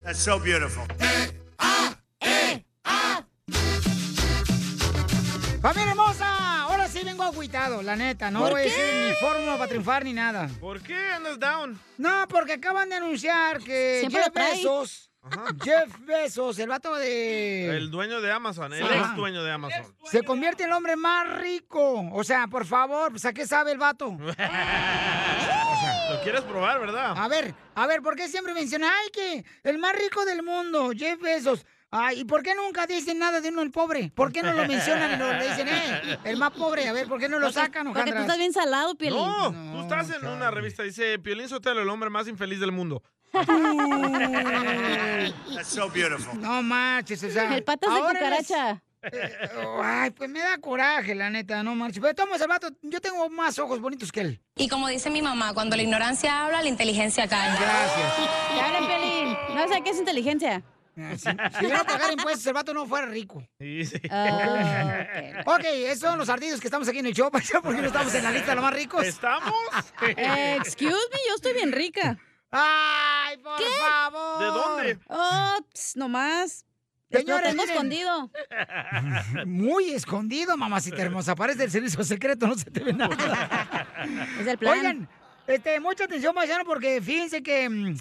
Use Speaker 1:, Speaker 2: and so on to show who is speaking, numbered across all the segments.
Speaker 1: That's so beautiful.
Speaker 2: ¡Familia hermosa! Ahora sí vengo agüitado, la neta. No
Speaker 3: ¿Por
Speaker 2: voy a
Speaker 3: qué?
Speaker 2: decir ni fórmula para triunfar ni nada.
Speaker 3: ¿Por qué andas down?
Speaker 2: No, porque acaban de anunciar que
Speaker 3: Siempre
Speaker 2: Jeff
Speaker 3: lo trae.
Speaker 2: Bezos... Jeff Bezos, el vato de...
Speaker 3: El dueño de Amazon, el
Speaker 2: Ajá.
Speaker 3: ex dueño de Amazon.
Speaker 2: Se convierte en el hombre más rico. O sea, por favor, pues, ¿a qué sabe el vato?
Speaker 3: Lo quieres probar, ¿verdad?
Speaker 2: A ver, a ver, ¿por qué siempre menciona, ay, que el más rico del mundo, Jeff Bezos? Ay, ¿y por qué nunca dicen nada de uno el pobre? ¿Por qué no lo mencionan y no le dicen, eh, el más pobre? A ver, ¿por qué no lo
Speaker 3: Porque-
Speaker 2: sacan,
Speaker 3: porque tú
Speaker 2: Ojandras?
Speaker 3: estás
Speaker 4: bien salado, Piolín.
Speaker 3: No, tú estás en una revista, dice Piolín Sotelo, el hombre más infeliz del mundo.
Speaker 1: That's so beautiful.
Speaker 2: No manches, o sea.
Speaker 4: El patas de
Speaker 2: ahora eres-
Speaker 4: cucaracha.
Speaker 2: Eh, oh, ay, pues me da coraje, la neta, no manches. Pero tomas el vato, yo tengo más ojos bonitos que él.
Speaker 5: Y como dice mi mamá, cuando la ignorancia habla, la inteligencia calla.
Speaker 2: Gracias.
Speaker 4: Ya, habla, Piolín. No sé qué es inteligencia.
Speaker 2: Ah, Si hubiera pagar impuestos, Pues, el vato no fuera rico. ok, esos son los ardidos que estamos aquí en el show, paisa, porque no estamos en la lista de los más ricos.
Speaker 3: ¿Estamos?
Speaker 4: Eh, excuse me, yo estoy bien rica.
Speaker 2: ¡Ay, por favor!
Speaker 3: ¿De dónde?
Speaker 4: Oh, ps, nomás. Explotando
Speaker 2: Señores, miren.
Speaker 4: escondido.
Speaker 2: Muy escondido, mamacita hermosa. Parece del servicio secreto, no se te ve nada.
Speaker 4: Es el plan.
Speaker 2: Oigan, este, mucha atención, paisano, porque fíjense que. mm,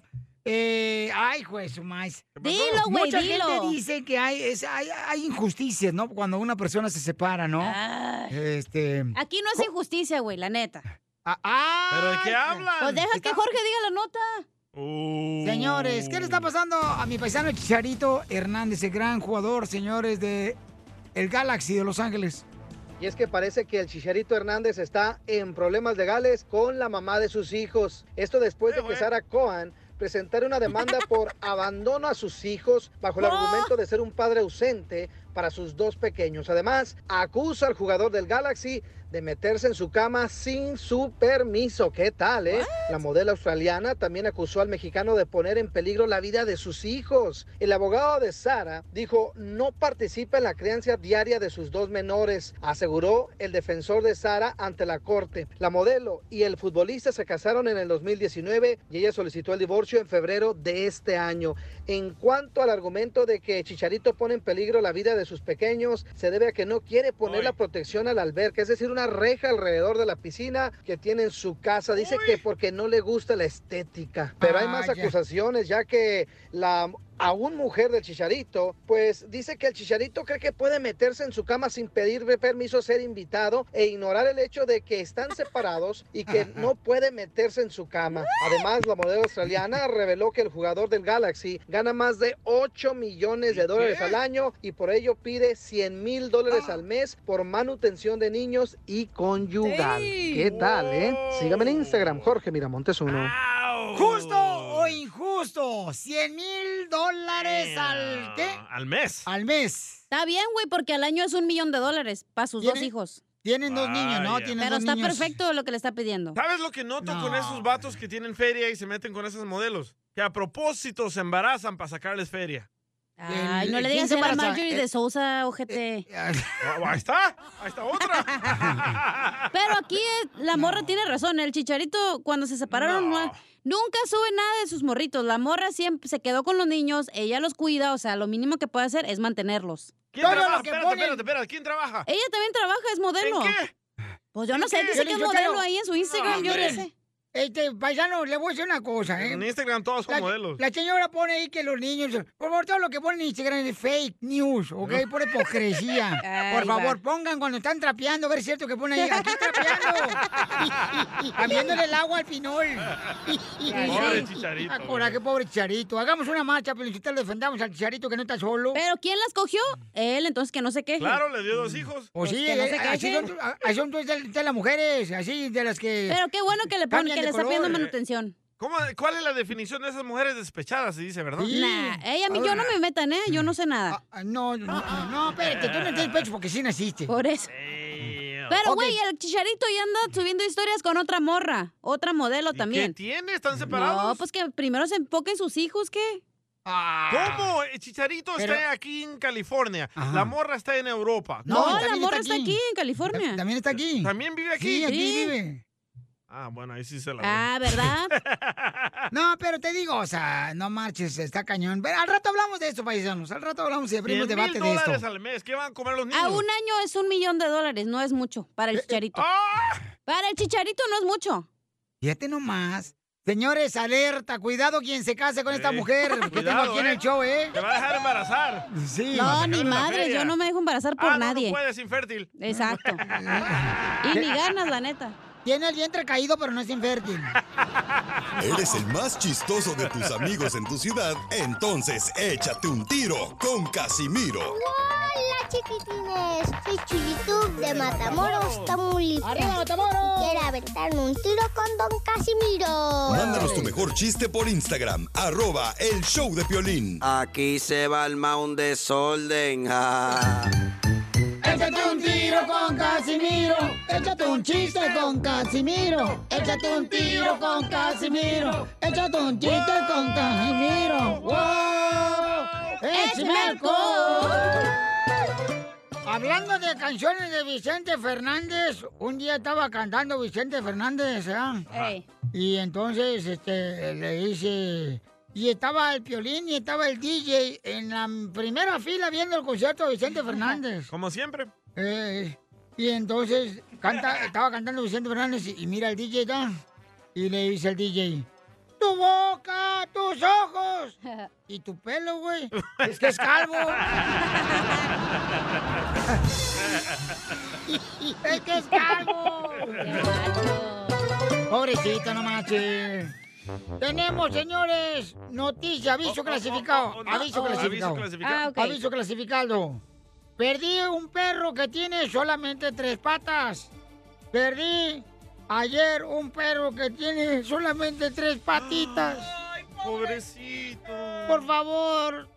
Speaker 2: eh, ay, juez, su maíz.
Speaker 4: pasó? Dilo, güey,
Speaker 2: Mucha
Speaker 4: dilo.
Speaker 2: gente dice que hay, es- hay, hay injusticias, ¿no? Cuando una persona se separa, ¿no?
Speaker 4: Ay.
Speaker 2: Este.
Speaker 4: Aquí no es injusticia, güey, la neta.
Speaker 2: Ah,
Speaker 3: ¿Pero de qué hablan?
Speaker 4: Pues deja que Jorge diga la nota.
Speaker 2: Señores, ¿qué le está pasando a mi paisano Chicharito Hernández, el gran jugador, señores, de el Galaxy de Los Ángeles?
Speaker 6: Y es que parece que el Chicharito Hernández está en problemas legales con la mamá de sus hijos. Esto después de que Sara Cohen presentara una demanda por abandono a sus hijos bajo el
Speaker 7: Oh.
Speaker 6: argumento de ser un padre ausente para sus dos pequeños. Además, acusa al jugador del Galaxy de meterse en su cama sin su permiso. ¿Qué tal, eh? La modelo australiana también acusó al mexicano de poner en peligro la vida de sus hijos. El abogado de Sara dijo no participa en la crianza diaria de sus dos menores, aseguró el defensor de Sara ante la corte. La modelo y el futbolista se casaron en el 2019 y ella solicitó el divorcio en febrero de este año. En cuanto al argumento de que Chicharito pone en peligro la vida de sus pequeños, se debe a que no quiere poner la protección al alberca, es decir, una reja alrededor de la piscina que tiene en su casa. Dice que porque no le gusta la estética. Pero hay más
Speaker 7: Ah, ya.
Speaker 6: acusaciones, ya que la aún mujer del Chicharito, pues dice que el Chicharito cree que puede meterse en su cama sin pedirle permiso a ser invitado e ignorar el hecho de que están separados y que no puede meterse en su cama. Además, la modelo australiana reveló que el jugador del Galaxy gana más de 8 millones de dólares al año y por ello pide 100 mil dólares al mes por manutención de niños y conyugal. ¿Qué tal, eh? Sígame en Instagram, Jorge Miramontes uno.
Speaker 2: ¿Justo o injusto? 100 mil dólares al qué?
Speaker 3: Al mes.
Speaker 2: Al mes.
Speaker 4: Está bien, güey, porque al año es un millón de dólares para sus dos
Speaker 2: Tiene-
Speaker 4: hijos.
Speaker 2: Tienen dos niños, ¿no?
Speaker 3: Vaya.
Speaker 2: Tienen
Speaker 4: Pero
Speaker 2: dos
Speaker 4: está
Speaker 2: niños.
Speaker 4: perfecto lo que le está pidiendo.
Speaker 3: ¿Sabes lo que noto con esos vatos que tienen feria y se meten con esos modelos? Que a propósito se embarazan para sacarles feria.
Speaker 4: Ay, no
Speaker 3: el-
Speaker 4: le
Speaker 3: ¿quién
Speaker 4: digas
Speaker 3: se
Speaker 4: eso a
Speaker 3: embaraza?
Speaker 4: Marjorie
Speaker 3: Eh,
Speaker 4: de Sousa, ojete.
Speaker 2: eh,
Speaker 3: Ah, Ahí está, ahí está otra.
Speaker 4: Pero aquí eh, la morra tiene razón. El chicharito, cuando se separaron, no- nunca sube nada de sus morritos. La morra siempre se quedó con los niños, ella los cuida, o sea, lo mínimo que puede hacer es mantenerlos.
Speaker 3: ¿Quién trabaja? Espérate, espérate, espérate, ¿quién trabaja?
Speaker 4: Ella también trabaja, es modelo.
Speaker 3: ¿En qué?
Speaker 4: Pues yo no
Speaker 3: ¿En
Speaker 4: sé,
Speaker 3: qué?
Speaker 4: dice que es
Speaker 3: Piolín Sotelo.
Speaker 4: modelo ahí en su Instagram,
Speaker 3: No,
Speaker 4: yo qué
Speaker 3: hombre.
Speaker 4: sé.
Speaker 2: Este, paisano, le voy a decir una cosa, ¿eh?
Speaker 3: En Instagram todos son
Speaker 2: La-
Speaker 3: modelos.
Speaker 2: La señora pone ahí que los niños. Por favor, todo lo que ponen en Instagram es fake news, ¿ok? Por hipocresía.
Speaker 8: Ahí
Speaker 2: Por favor,
Speaker 8: va.
Speaker 2: pongan cuando están trapeando, a ver si es cierto que ponen ahí. Aquí trapeando. Cambiándole el agua al pinol.
Speaker 8: Pobre Chicharito,
Speaker 2: Ah, coraje, pobre chicharito. Hagamos una marcha, pero le defendamos al chicharito que no está solo. ¿Pero quién las cogió? Él, entonces que no se queje.
Speaker 3: Claro, le dio dos hijos.
Speaker 2: O sí,
Speaker 4: que Este, no se
Speaker 2: eh, así
Speaker 4: quejen.
Speaker 2: son, así son todas de, de las mujeres, así de las que.
Speaker 4: Pero qué bueno que le ponen,
Speaker 2: cambian
Speaker 4: que
Speaker 2: de
Speaker 4: le está
Speaker 2: color.
Speaker 4: pidiendo manutención.
Speaker 3: ¿Cómo- ¿Cuál es la definición de esas mujeres despechadas? Se dice, ¿verdad?
Speaker 4: Nah, ey, a mí yo no me metan, ¿eh? Yo no sé nada.
Speaker 2: no, no, no, espérate, tú no tienes pecho porque sí naciste.
Speaker 4: Por eso. Pero, güey, el chicharito ya anda subiendo historias con otra morra, otra modelo también.
Speaker 3: ¿Qué tiene? ¿Están separados?
Speaker 4: No, pues que primero se enfoquen sus hijos, ¿qué?
Speaker 2: ah.
Speaker 3: ¿Cómo? El Chicharito
Speaker 4: Pero-
Speaker 3: está aquí en California. La morra está en Europa.
Speaker 4: No, la morra está aquí. en California.
Speaker 2: también está aquí.
Speaker 3: ¿También vive aquí?
Speaker 2: Sí, aquí
Speaker 3: Sí.
Speaker 2: vive.
Speaker 3: Ah, bueno, ahí sí se la
Speaker 2: Ah,
Speaker 4: ¿verdad?
Speaker 2: no, pero te digo, o sea, no marches, está cañón. Pero al rato hablamos de esto, paisanos. Al rato hablamos y abrimos
Speaker 3: Cien
Speaker 2: debate
Speaker 3: mil
Speaker 2: de
Speaker 3: dólares
Speaker 2: esto.
Speaker 3: al mes. ¿Qué van a comer los niños?
Speaker 4: A un este año es un millón de dólares, no es mucho para
Speaker 3: Eh,
Speaker 4: el chicharito.
Speaker 3: ¡ah!
Speaker 4: Para el chicharito no es mucho.
Speaker 2: Fíjate nomás. Señores, alerta, cuidado quien se case con esta
Speaker 3: Sí.
Speaker 2: mujer que
Speaker 3: Cuidado,
Speaker 2: tengo aquí en
Speaker 3: ¿eh?
Speaker 2: el show, ¿eh?
Speaker 3: Te va a dejar embarazar.
Speaker 2: Sí.
Speaker 4: No, ni madre, yo no me dejo embarazar por
Speaker 3: Ah, no,
Speaker 4: nadie.
Speaker 3: No puedes, infértil.
Speaker 4: Exacto. y ni ganas, la neta.
Speaker 2: Eh. Tiene el vientre caído, pero no es infértil.
Speaker 9: Eres el más chistoso de tus amigos en tu ciudad, entonces échate un tiro con Casimiro.
Speaker 10: Hola chiquitines, soy Chuyitú de Matamoros, Tamaulipas.
Speaker 2: ¡Arriba, Matamoros!
Speaker 10: Quiero aventarme un tiro con Don Casimiro.
Speaker 9: Mándanos tu mejor chiste por Instagram, arroba el show de Piolín. Aquí se va el mound desorden.
Speaker 2: Échate un tiro con Casimiro. Échate un chiste con Casimiro. Échate un tiro con Casimiro. Échate un chiste con Casimiro. ¡Wow! ¡Échame alcohol! Hablando de canciones de Vicente Fernández, un día estaba cantando Vicente Fernández, ¿ah? Y entonces este, le dice. Y estaba el piolín y estaba el DJ en la primera fila viendo el concierto de Vicente Fernández.
Speaker 3: Como siempre.
Speaker 2: Eh, y entonces canta, estaba cantando Vicente Fernández y, y mira al DJ, ¿tá? Y le dice al DJ, tu boca, tus ojos y tu pelo, güey. Es que es calvo. es que es calvo. Pobrecito, no manches. Tenemos, señores, noticia, aviso clasificado. aviso, clasificado.
Speaker 8: Aviso clasificado. Ah, ok.
Speaker 2: Aviso clasificado. Perdí un perro que tiene solamente tres patas. Perdí ayer un perro que tiene solamente tres patitas.
Speaker 3: Pobrecito.
Speaker 2: Por favor,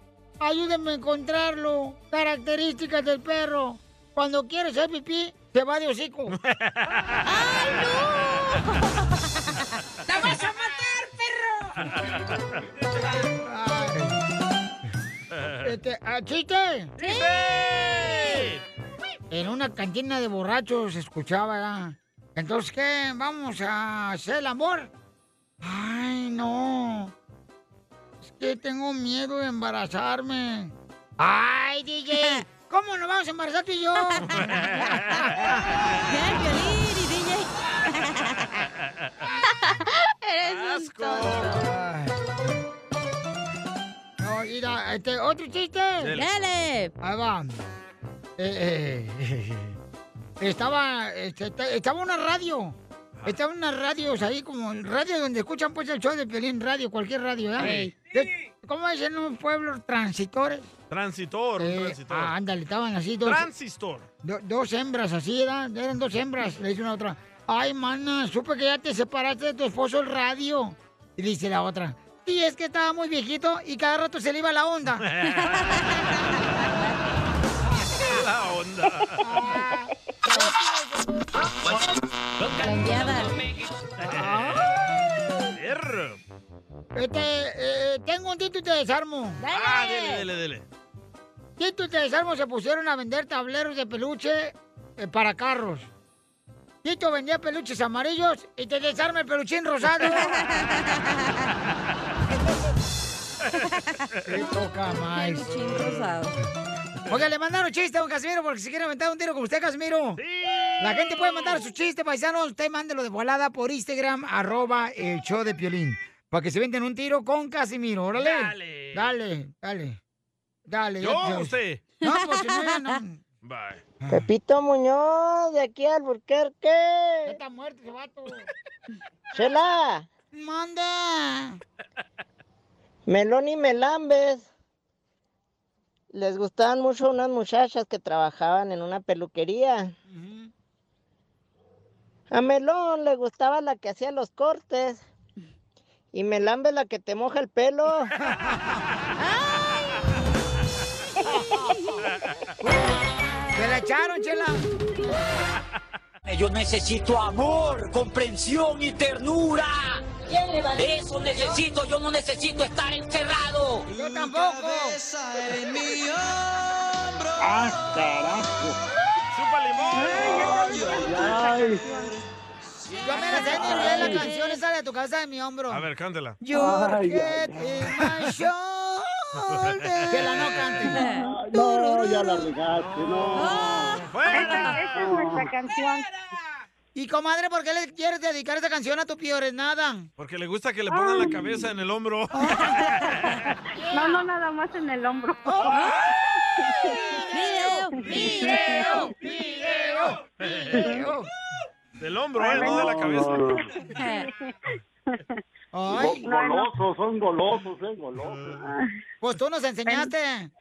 Speaker 2: ayúdenme a encontrarlo. Características del perro. Cuando quiere hacer pipí, se va de hocico. ¡Ay, no! ¡Te vas a matar, perro! Este, ah, ¿Chiste? En una cantina de borrachos se escuchaba, ¿verdad? Entonces, ¿qué? ¿Vamos a hacer el amor? Ay, no. Es que tengo miedo de embarazarme. Ay, DJ. ¿Cómo nos vamos a embarazar tú y yo? Eres un No, mira, este, otro chiste.
Speaker 8: Dele.
Speaker 2: Dale. Ahí va. Eh, eh, estaba, este, esta- estaba una radio. Estaba unas radios ahí, como radio donde escuchan pues el show de Piolín Radio, cualquier radio, ¿verdad?
Speaker 3: Ey.
Speaker 2: De- ¿Cómo dicen un pueblo transitores?
Speaker 3: Transitor, un
Speaker 2: Eh,
Speaker 3: transitor.
Speaker 2: ah, ándale, estaban así dos.
Speaker 3: Transistor.
Speaker 2: do- dos hembras así, ¿verdad? Eran dos hembras, le dice una a otra. Ay, mana, supe que ya te separaste de tu esposo el radio. Y le dice la otra. Sí, es que estaba muy viejito y cada rato se le iba la onda.
Speaker 8: La onda.
Speaker 3: Perro.
Speaker 2: Este, eh, tengo un Tito y te desarmo.
Speaker 3: Ah, dele, dele, dele.
Speaker 2: Tito y te desarmo se pusieron a vender tableros de peluche eh, para carros. Tito vendía peluches amarillos y te desarma el peluchín rosado. Qué poca más. Peluchín rosado. Oiga, le mandaron chiste a don Casimiro porque se quiere aventar un tiro con usted, Casimiro. ¡Sí! La gente puede mandar su chiste, paisanos. Usted mándelo de volada por Instagram, arroba el show de Piolín. Para que se venden un tiro con Casimiro, órale. Dale. Dale, dale. Dale.
Speaker 8: ¿Yo
Speaker 2: ya-
Speaker 8: o usted?
Speaker 2: No, porque no, no.
Speaker 8: Bye.
Speaker 11: Pepito Muñoz, de aquí al
Speaker 2: Ya
Speaker 11: Burquerque.
Speaker 2: está muerto ese vato.
Speaker 11: Chela,
Speaker 2: Manda.
Speaker 11: Melón y Melambes. Les gustaban mucho unas muchachas que trabajaban en una peluquería. A Melón le gustaba la que hacía los cortes. Y Melambes la que te moja el pelo.
Speaker 2: ¡Se la echaron, chela!
Speaker 5: Yo necesito amor, comprensión y ternura. Eso necesito, yo no necesito estar encerrado. Yo tampoco.
Speaker 8: ¡Ah, carajo! ¡Chupa limón!
Speaker 2: Yo me la sé ni leer la canción esa de tu casa de mi hombro.
Speaker 3: A ver, cántela.
Speaker 2: You're getting my shoulder. Que la no cante.
Speaker 12: No, ya la regaste, no.
Speaker 2: Esa, es nuestra canción. Y comadre, ¿por qué le quieres dedicar esa canción a tu piores nada?
Speaker 3: Porque le gusta que le pongan la cabeza en el hombro.
Speaker 13: No, no, nada más en el hombro.
Speaker 8: ¡Video! ¡Video! ¡Video!
Speaker 3: Del hombro, ¿eh? No de la cabeza.
Speaker 2: Ay.
Speaker 12: Go- golosos, son golosos, eh, golosos.
Speaker 2: Pues tú nos enseñaste.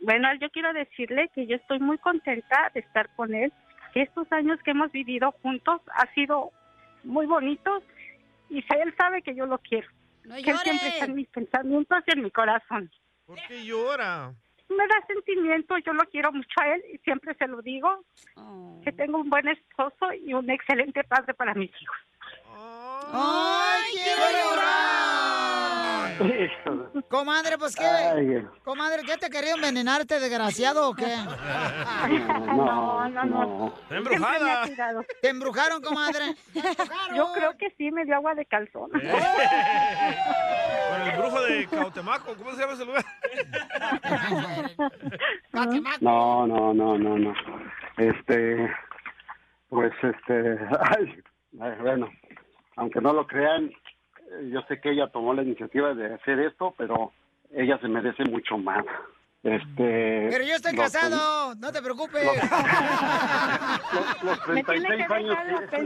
Speaker 13: Bueno, yo quiero decirle que yo estoy muy contenta de estar con él, que estos años que hemos vivido juntos ha sido muy bonitos y él sabe que yo lo quiero.
Speaker 4: No
Speaker 13: que él siempre
Speaker 4: llores.
Speaker 13: está en mis pensamientos y en mi corazón.
Speaker 3: ¿Por qué llora?
Speaker 13: Me da sentimiento, yo lo quiero mucho a él y siempre se lo digo,
Speaker 4: Oh.
Speaker 13: que tengo un buen esposo y un excelente padre para mis hijos.
Speaker 2: ¡Ay, quiero llorar! Comadre, pues qué.
Speaker 12: Ay. eh.
Speaker 2: Comadre, ¿qué te quería envenenar este desgraciado o qué?
Speaker 12: No, no, no.
Speaker 13: Siempre me ha cuidado.
Speaker 2: ¿Te embrujaron, comadre?
Speaker 13: Yo creo que sí, me dio agua de calzón.
Speaker 3: Con el brujo de Cautemaco, ¿cómo se llama ese lugar?
Speaker 12: No, no, no, no, no. Este, pues este, ay, ay, bueno, aunque no lo crean, eh, yo sé que ella tomó la iniciativa de hacer esto, pero ella se merece mucho más. Este,
Speaker 2: Pero yo estoy
Speaker 12: los-
Speaker 2: casado, no te preocupes.
Speaker 12: Los, los 36 años que,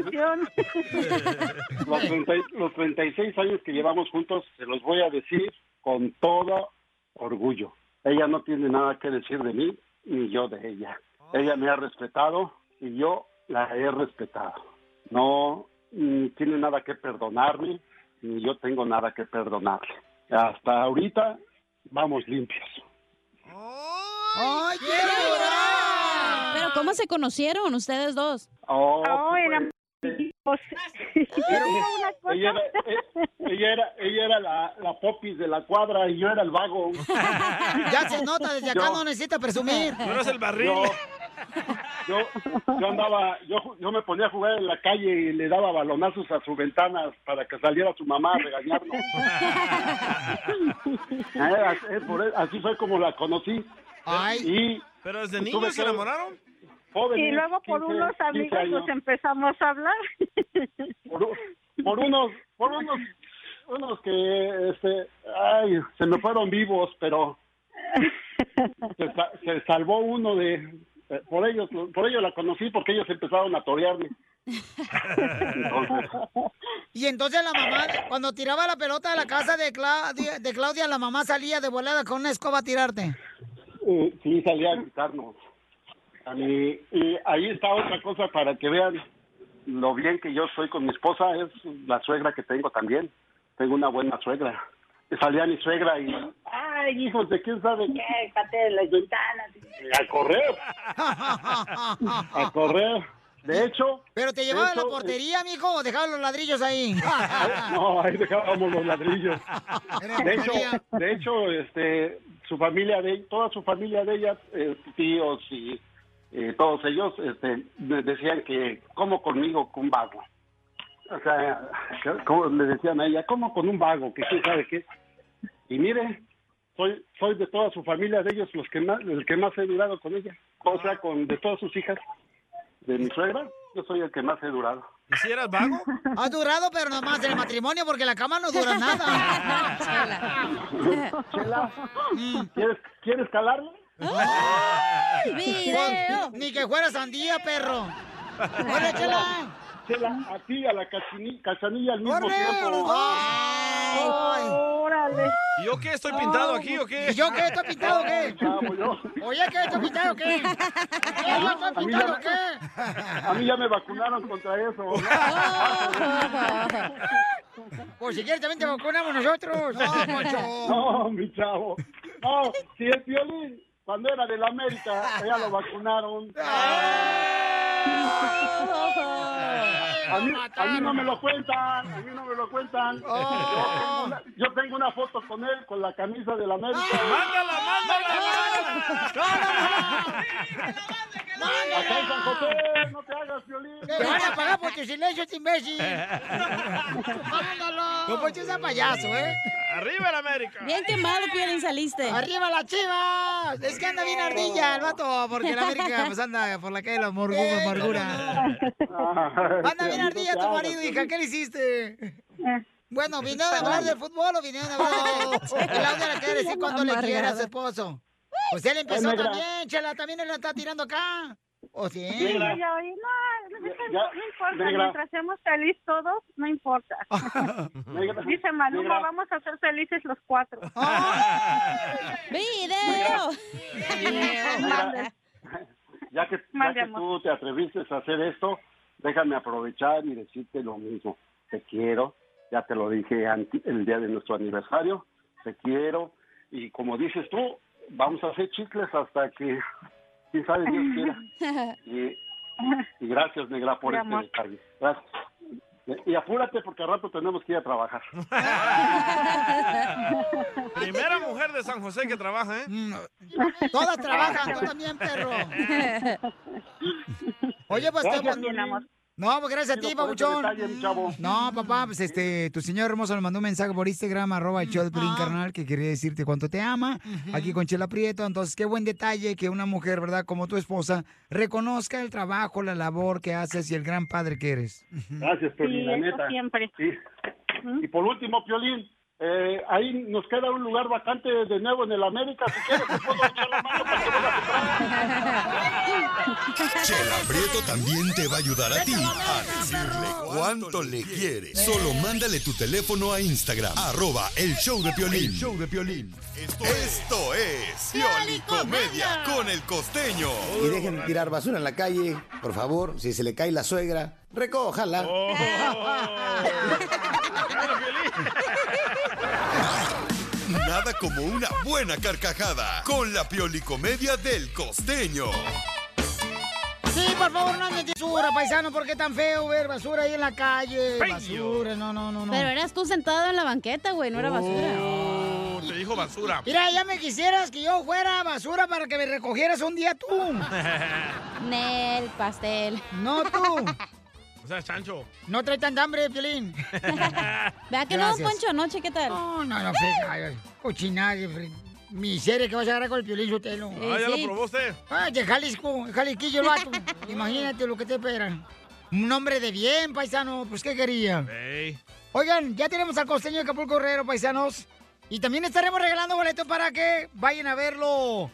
Speaker 12: los, 30 y- los 36 años que llevamos juntos, se los voy a decir con todo orgullo. Ella no tiene nada que decir de mí, ni yo de ella. Ella me ha respetado y yo la he respetado. No mm, tiene nada que perdonarme, ni yo tengo nada que perdonarle. Hasta ahorita vamos limpios.
Speaker 2: ¡Ay, quiero
Speaker 4: llorar! Pero ¿cómo se conocieron ustedes dos?
Speaker 12: Oh, pues,
Speaker 4: eran
Speaker 12: Ella era, eh, ella era, ella era la, la popis de la cuadra y yo era el vago.
Speaker 2: Ya se nota, desde acá
Speaker 12: Yo-
Speaker 2: no necesita presumir.
Speaker 12: Yo, yo, yo andaba, yo, yo me ponía a jugar en la calle y le daba balonazos a sus ventanas para que saliera su mamá a regañarnos. Eh, así, eh, por él- así fue como la conocí. Y
Speaker 3: ¿Pero desde
Speaker 12: tuve
Speaker 3: niños se
Speaker 12: que-
Speaker 3: enamoraron?
Speaker 12: joven,
Speaker 13: Y luego por
Speaker 12: 15,
Speaker 13: unos
Speaker 12: 15
Speaker 13: amigos
Speaker 12: años.
Speaker 13: nos em empezamos a hablar.
Speaker 12: por, u- por unos, por unos, unos que, este, ay, se me fueron vivos, pero se, sa- se salvó uno de, eh, por ellos, por ellos la conocí porque ellos empezaron a torearme. Entonces,
Speaker 2: Y entonces la mamá, cuando tiraba la pelota de la casa de Claudia, de Claudia la mamá salía de volada con una escoba a tirarte.
Speaker 12: eh, sí salía a gritarnos. A mí, y ahí está otra cosa para que vean lo bien que yo soy con mi esposa, es la suegra que tengo también. Tengo una buena suegra. Salía mi suegra y, ay, hijos de quién sabe qué, pateé las ventanas. a correr. a correr. De hecho.
Speaker 2: Pero te llevaba a la
Speaker 12: de hecho,
Speaker 2: portería, mijo, o dejaba los ladrillos ahí.
Speaker 12: eh, No, ahí dejábamos los ladrillos. De hecho, de hecho, este, su familia de, toda su familia de ella, eh, tíos y eh, todos ellos, este, me decían que como conmigo con un vago. O sea, que- como le decían a ella, como con un vago, que quién sabe qué. Y mire, soy soy de toda su familia, de ellos los que más, el que más he durado con ella. O sea, con de todas sus hijas, de mi suegra, yo soy el que más he durado.
Speaker 3: ¿Y si eras vago?
Speaker 2: Ha durado, pero nomás en el matrimonio, porque la cama no dura nada.
Speaker 12: Chela, Mm. ¿quieres, ¿quieres calarme?
Speaker 2: Ah. ¡Ay, video! Ni que fuera sandía, perro. ¡Corre, chela!
Speaker 12: Chela, a ti, a la cachini- cachanilla al mismo
Speaker 2: ¡Corre,
Speaker 12: tiempo.
Speaker 2: los dos! ¡Ay! ¡Órale!
Speaker 3: ¿Y yo qué? ¿Estoy pintado aquí o qué?
Speaker 2: ¿Y yo qué? ¿Estoy pintado o qué?
Speaker 12: Chavo, yo.
Speaker 2: Oye, ¿qué? ¿Estoy pintado o qué? ¿Yo estoy
Speaker 12: A mí
Speaker 2: pintado
Speaker 12: ya-
Speaker 2: o qué?
Speaker 12: A mí ya me vacunaron contra eso.
Speaker 2: Por si quieres, también te vacunamos nosotros. No,
Speaker 12: No, mi chavo. No, si el violín, cuando era del América, ya lo vacunaron. Ah. A mí, a mí no me lo cuentan, a mí no me lo cuentan. Yo tengo una- Yo tengo una foto con él, con la camisa del América.
Speaker 8: ¡Mándala, mándala,
Speaker 12: Acá en San José, no te hagas violín.
Speaker 2: Te van a pagar por tu silencio, este imbécil. ¡Mándalo! No ponches a Pues payaso, ¿eh?
Speaker 3: ¡Arriba el América!
Speaker 2: Bien quemado, Piolín, saliste. ¡Arriba las chivas! Es que anda bien
Speaker 3: Oh.
Speaker 2: ardilla el vato, porque la América pues anda por la calle de la morgu- amargura. Anda bien ardilla tu marido,
Speaker 13: pues.
Speaker 2: hija, ¿qué le
Speaker 13: Eh.
Speaker 2: hiciste? Bueno, vinieron a hablar de fútbol o vinieron a hablar de... Claudia le quiere decir cuando le quiera a su esposo. Pues él empezó
Speaker 12: Ay, negra.
Speaker 2: también, chela, también él la está tirando acá. ¿O sí?
Speaker 13: Sí, yo, y no, no,
Speaker 12: Ya,
Speaker 13: no importa,
Speaker 12: negra.
Speaker 13: mientras seamos felices todos, no importa.
Speaker 12: Negra,
Speaker 13: Dice Maluma,
Speaker 12: negra.
Speaker 13: vamos a ser felices los cuatro.
Speaker 4: ¡Video!
Speaker 13: Mande.
Speaker 12: Ya que, ya que tú te atreviste a hacer esto, déjame aprovechar y decirte lo mismo. Te quiero, ya te lo dije anti- el día de nuestro aniversario, te quiero. Y como dices tú, vamos a hacer chicles hasta que, quién sabe, Dios quiera. Y, y gracias, Negra, por
Speaker 13: Mi
Speaker 12: este
Speaker 13: amor.
Speaker 12: detalle. Gracias. Y apúrate porque al rato tenemos que ir a trabajar.
Speaker 3: Primera mujer de San José que trabaja, ¿eh?
Speaker 2: Todas Mm, trabajan, tú también, perro. Oye, pues
Speaker 3: Gracias,
Speaker 2: te-
Speaker 3: mi amor.
Speaker 2: No, pues gracias a ti,
Speaker 3: Por ese
Speaker 2: papuchón.
Speaker 3: detalle, mi chavo.
Speaker 2: No, papá, pues este, tu señor hermoso le mandó un mensaje por Instagram, arroba el show de
Speaker 13: Ah.
Speaker 2: Piolín, carnal, que quería decirte cuánto te ama. Aquí con Chela Prieto. Entonces, qué buen detalle que una mujer, ¿verdad? Como tu esposa, reconozca el trabajo, la labor que haces y el gran padre que eres.
Speaker 12: Gracias, Piolín,
Speaker 2: Sí,
Speaker 12: la
Speaker 2: eso
Speaker 12: neta. Sí. Y por último, Piolín, eh, ahí nos queda un lugar vacante de nuevo en el América. Si quieres, te puedo echar la mano para que
Speaker 9: Chela Prieto también te va a ayudar a ti a decirle cuánto le quieres. Solo mándale tu teléfono a Instagram, arroba el show de Piolín.
Speaker 7: El
Speaker 9: show de Piolín. Esto, esto es Pioli Comedia con el costeño.
Speaker 7: Y dejen de tirar basura en la calle, por favor. Si se le cae la suegra, recójala.
Speaker 9: Nada como una buena carcajada con la Pioli Comedia del costeño.
Speaker 2: Sí, por favor, no anden basura, paisano, porque tan feo ver basura ahí en la calle. Basura, no, no, no, no.
Speaker 4: Pero eras tú sentado en la banqueta, güey, no era basura.
Speaker 3: Oh, te dijo basura.
Speaker 2: Mira, ya me quisieras que yo fuera basura para que me recogieras un día tú.
Speaker 4: Nel, pastel.
Speaker 2: No tú.
Speaker 3: O sea, Chancho.
Speaker 2: No trae tanta hambre, Piolín.
Speaker 4: Vea que no,
Speaker 2: Gracias.
Speaker 4: Poncho, anoche, ¿qué tal?
Speaker 2: No, no, no, fre- ay, ay, cochinada, fre- miseria que vas a agarrar con el Piolín Sotelo.
Speaker 3: Ah, ya lo probó usted.
Speaker 2: Ah, de Jalisco, Jalisquillo el vato. Imagínate lo que te espera. Un hombre de bien, paisano, pues ¿qué quería?
Speaker 3: Ey.
Speaker 2: Oigan, ya tenemos al costeño de Acapulco Herrero, paisanos. Y también estaremos regalando boletos para que vayan a verlo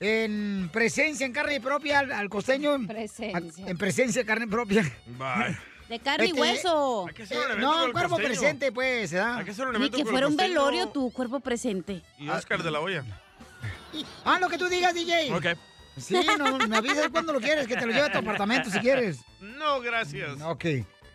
Speaker 2: en presencia, en carne propia, al, al costeño. En
Speaker 4: presencia.
Speaker 2: En presencia, carne propia.
Speaker 3: Bye.
Speaker 4: De carne y
Speaker 2: Este,
Speaker 4: hueso.
Speaker 2: Hay que hacer un evento con el cuerpo costeño. presente, pues, ¿verdad? Hay que hacer un
Speaker 4: Ni
Speaker 2: evento
Speaker 4: que
Speaker 2: con el
Speaker 4: fuera un
Speaker 2: costeño.
Speaker 4: velorio tu cuerpo presente.
Speaker 3: Y Oscar de la olla.
Speaker 2: Ah, lo que tú digas, DJ.
Speaker 3: Ok.
Speaker 2: Sí, no, me avisas cuando lo quieres, que te lo lleve a tu apartamento si quieres.
Speaker 3: No, gracias.
Speaker 2: Ok.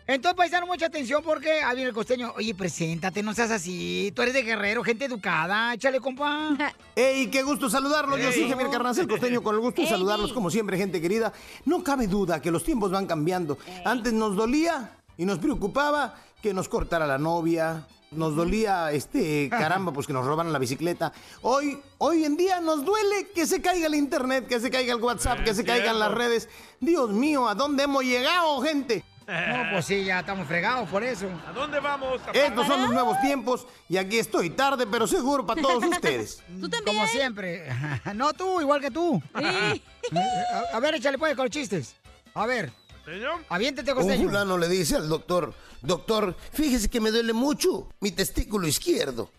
Speaker 2: Entonces, paisano, mucha atención porque ahí viene el costeño. Oye, preséntate, no seas así. Tú eres de guerrero, gente educada. Échale, compa.
Speaker 7: ¡Ey, qué gusto saludarlos! Yo soy Javier Carranza, el costeño, con el gusto de saludarlos como siempre, gente querida. No cabe duda que los tiempos van cambiando. Antes nos dolía y nos preocupaba que nos cortara la novia. Nos dolía, este, caramba, pues que nos robaran la bicicleta. Hoy, hoy en día nos duele que se caiga el internet, que se caiga el WhatsApp, que se caigan las redes. Dios mío, ¿a dónde hemos llegado, gente?
Speaker 2: No, pues sí, ya estamos fregados por eso.
Speaker 3: ¿A dónde vamos?
Speaker 7: Estos son los nuevos tiempos y aquí estoy tarde, pero seguro para todos ustedes.
Speaker 2: Tú también. Como siempre. Eh, No tú, igual que tú. Eh, A, a ver, échale pues con los chistes. A ver.
Speaker 3: ¿Señor?
Speaker 2: Aviéntate,
Speaker 7: Un
Speaker 2: costeño.
Speaker 7: fulano le dice al doctor, doctor, fíjese que me duele mucho mi testículo izquierdo.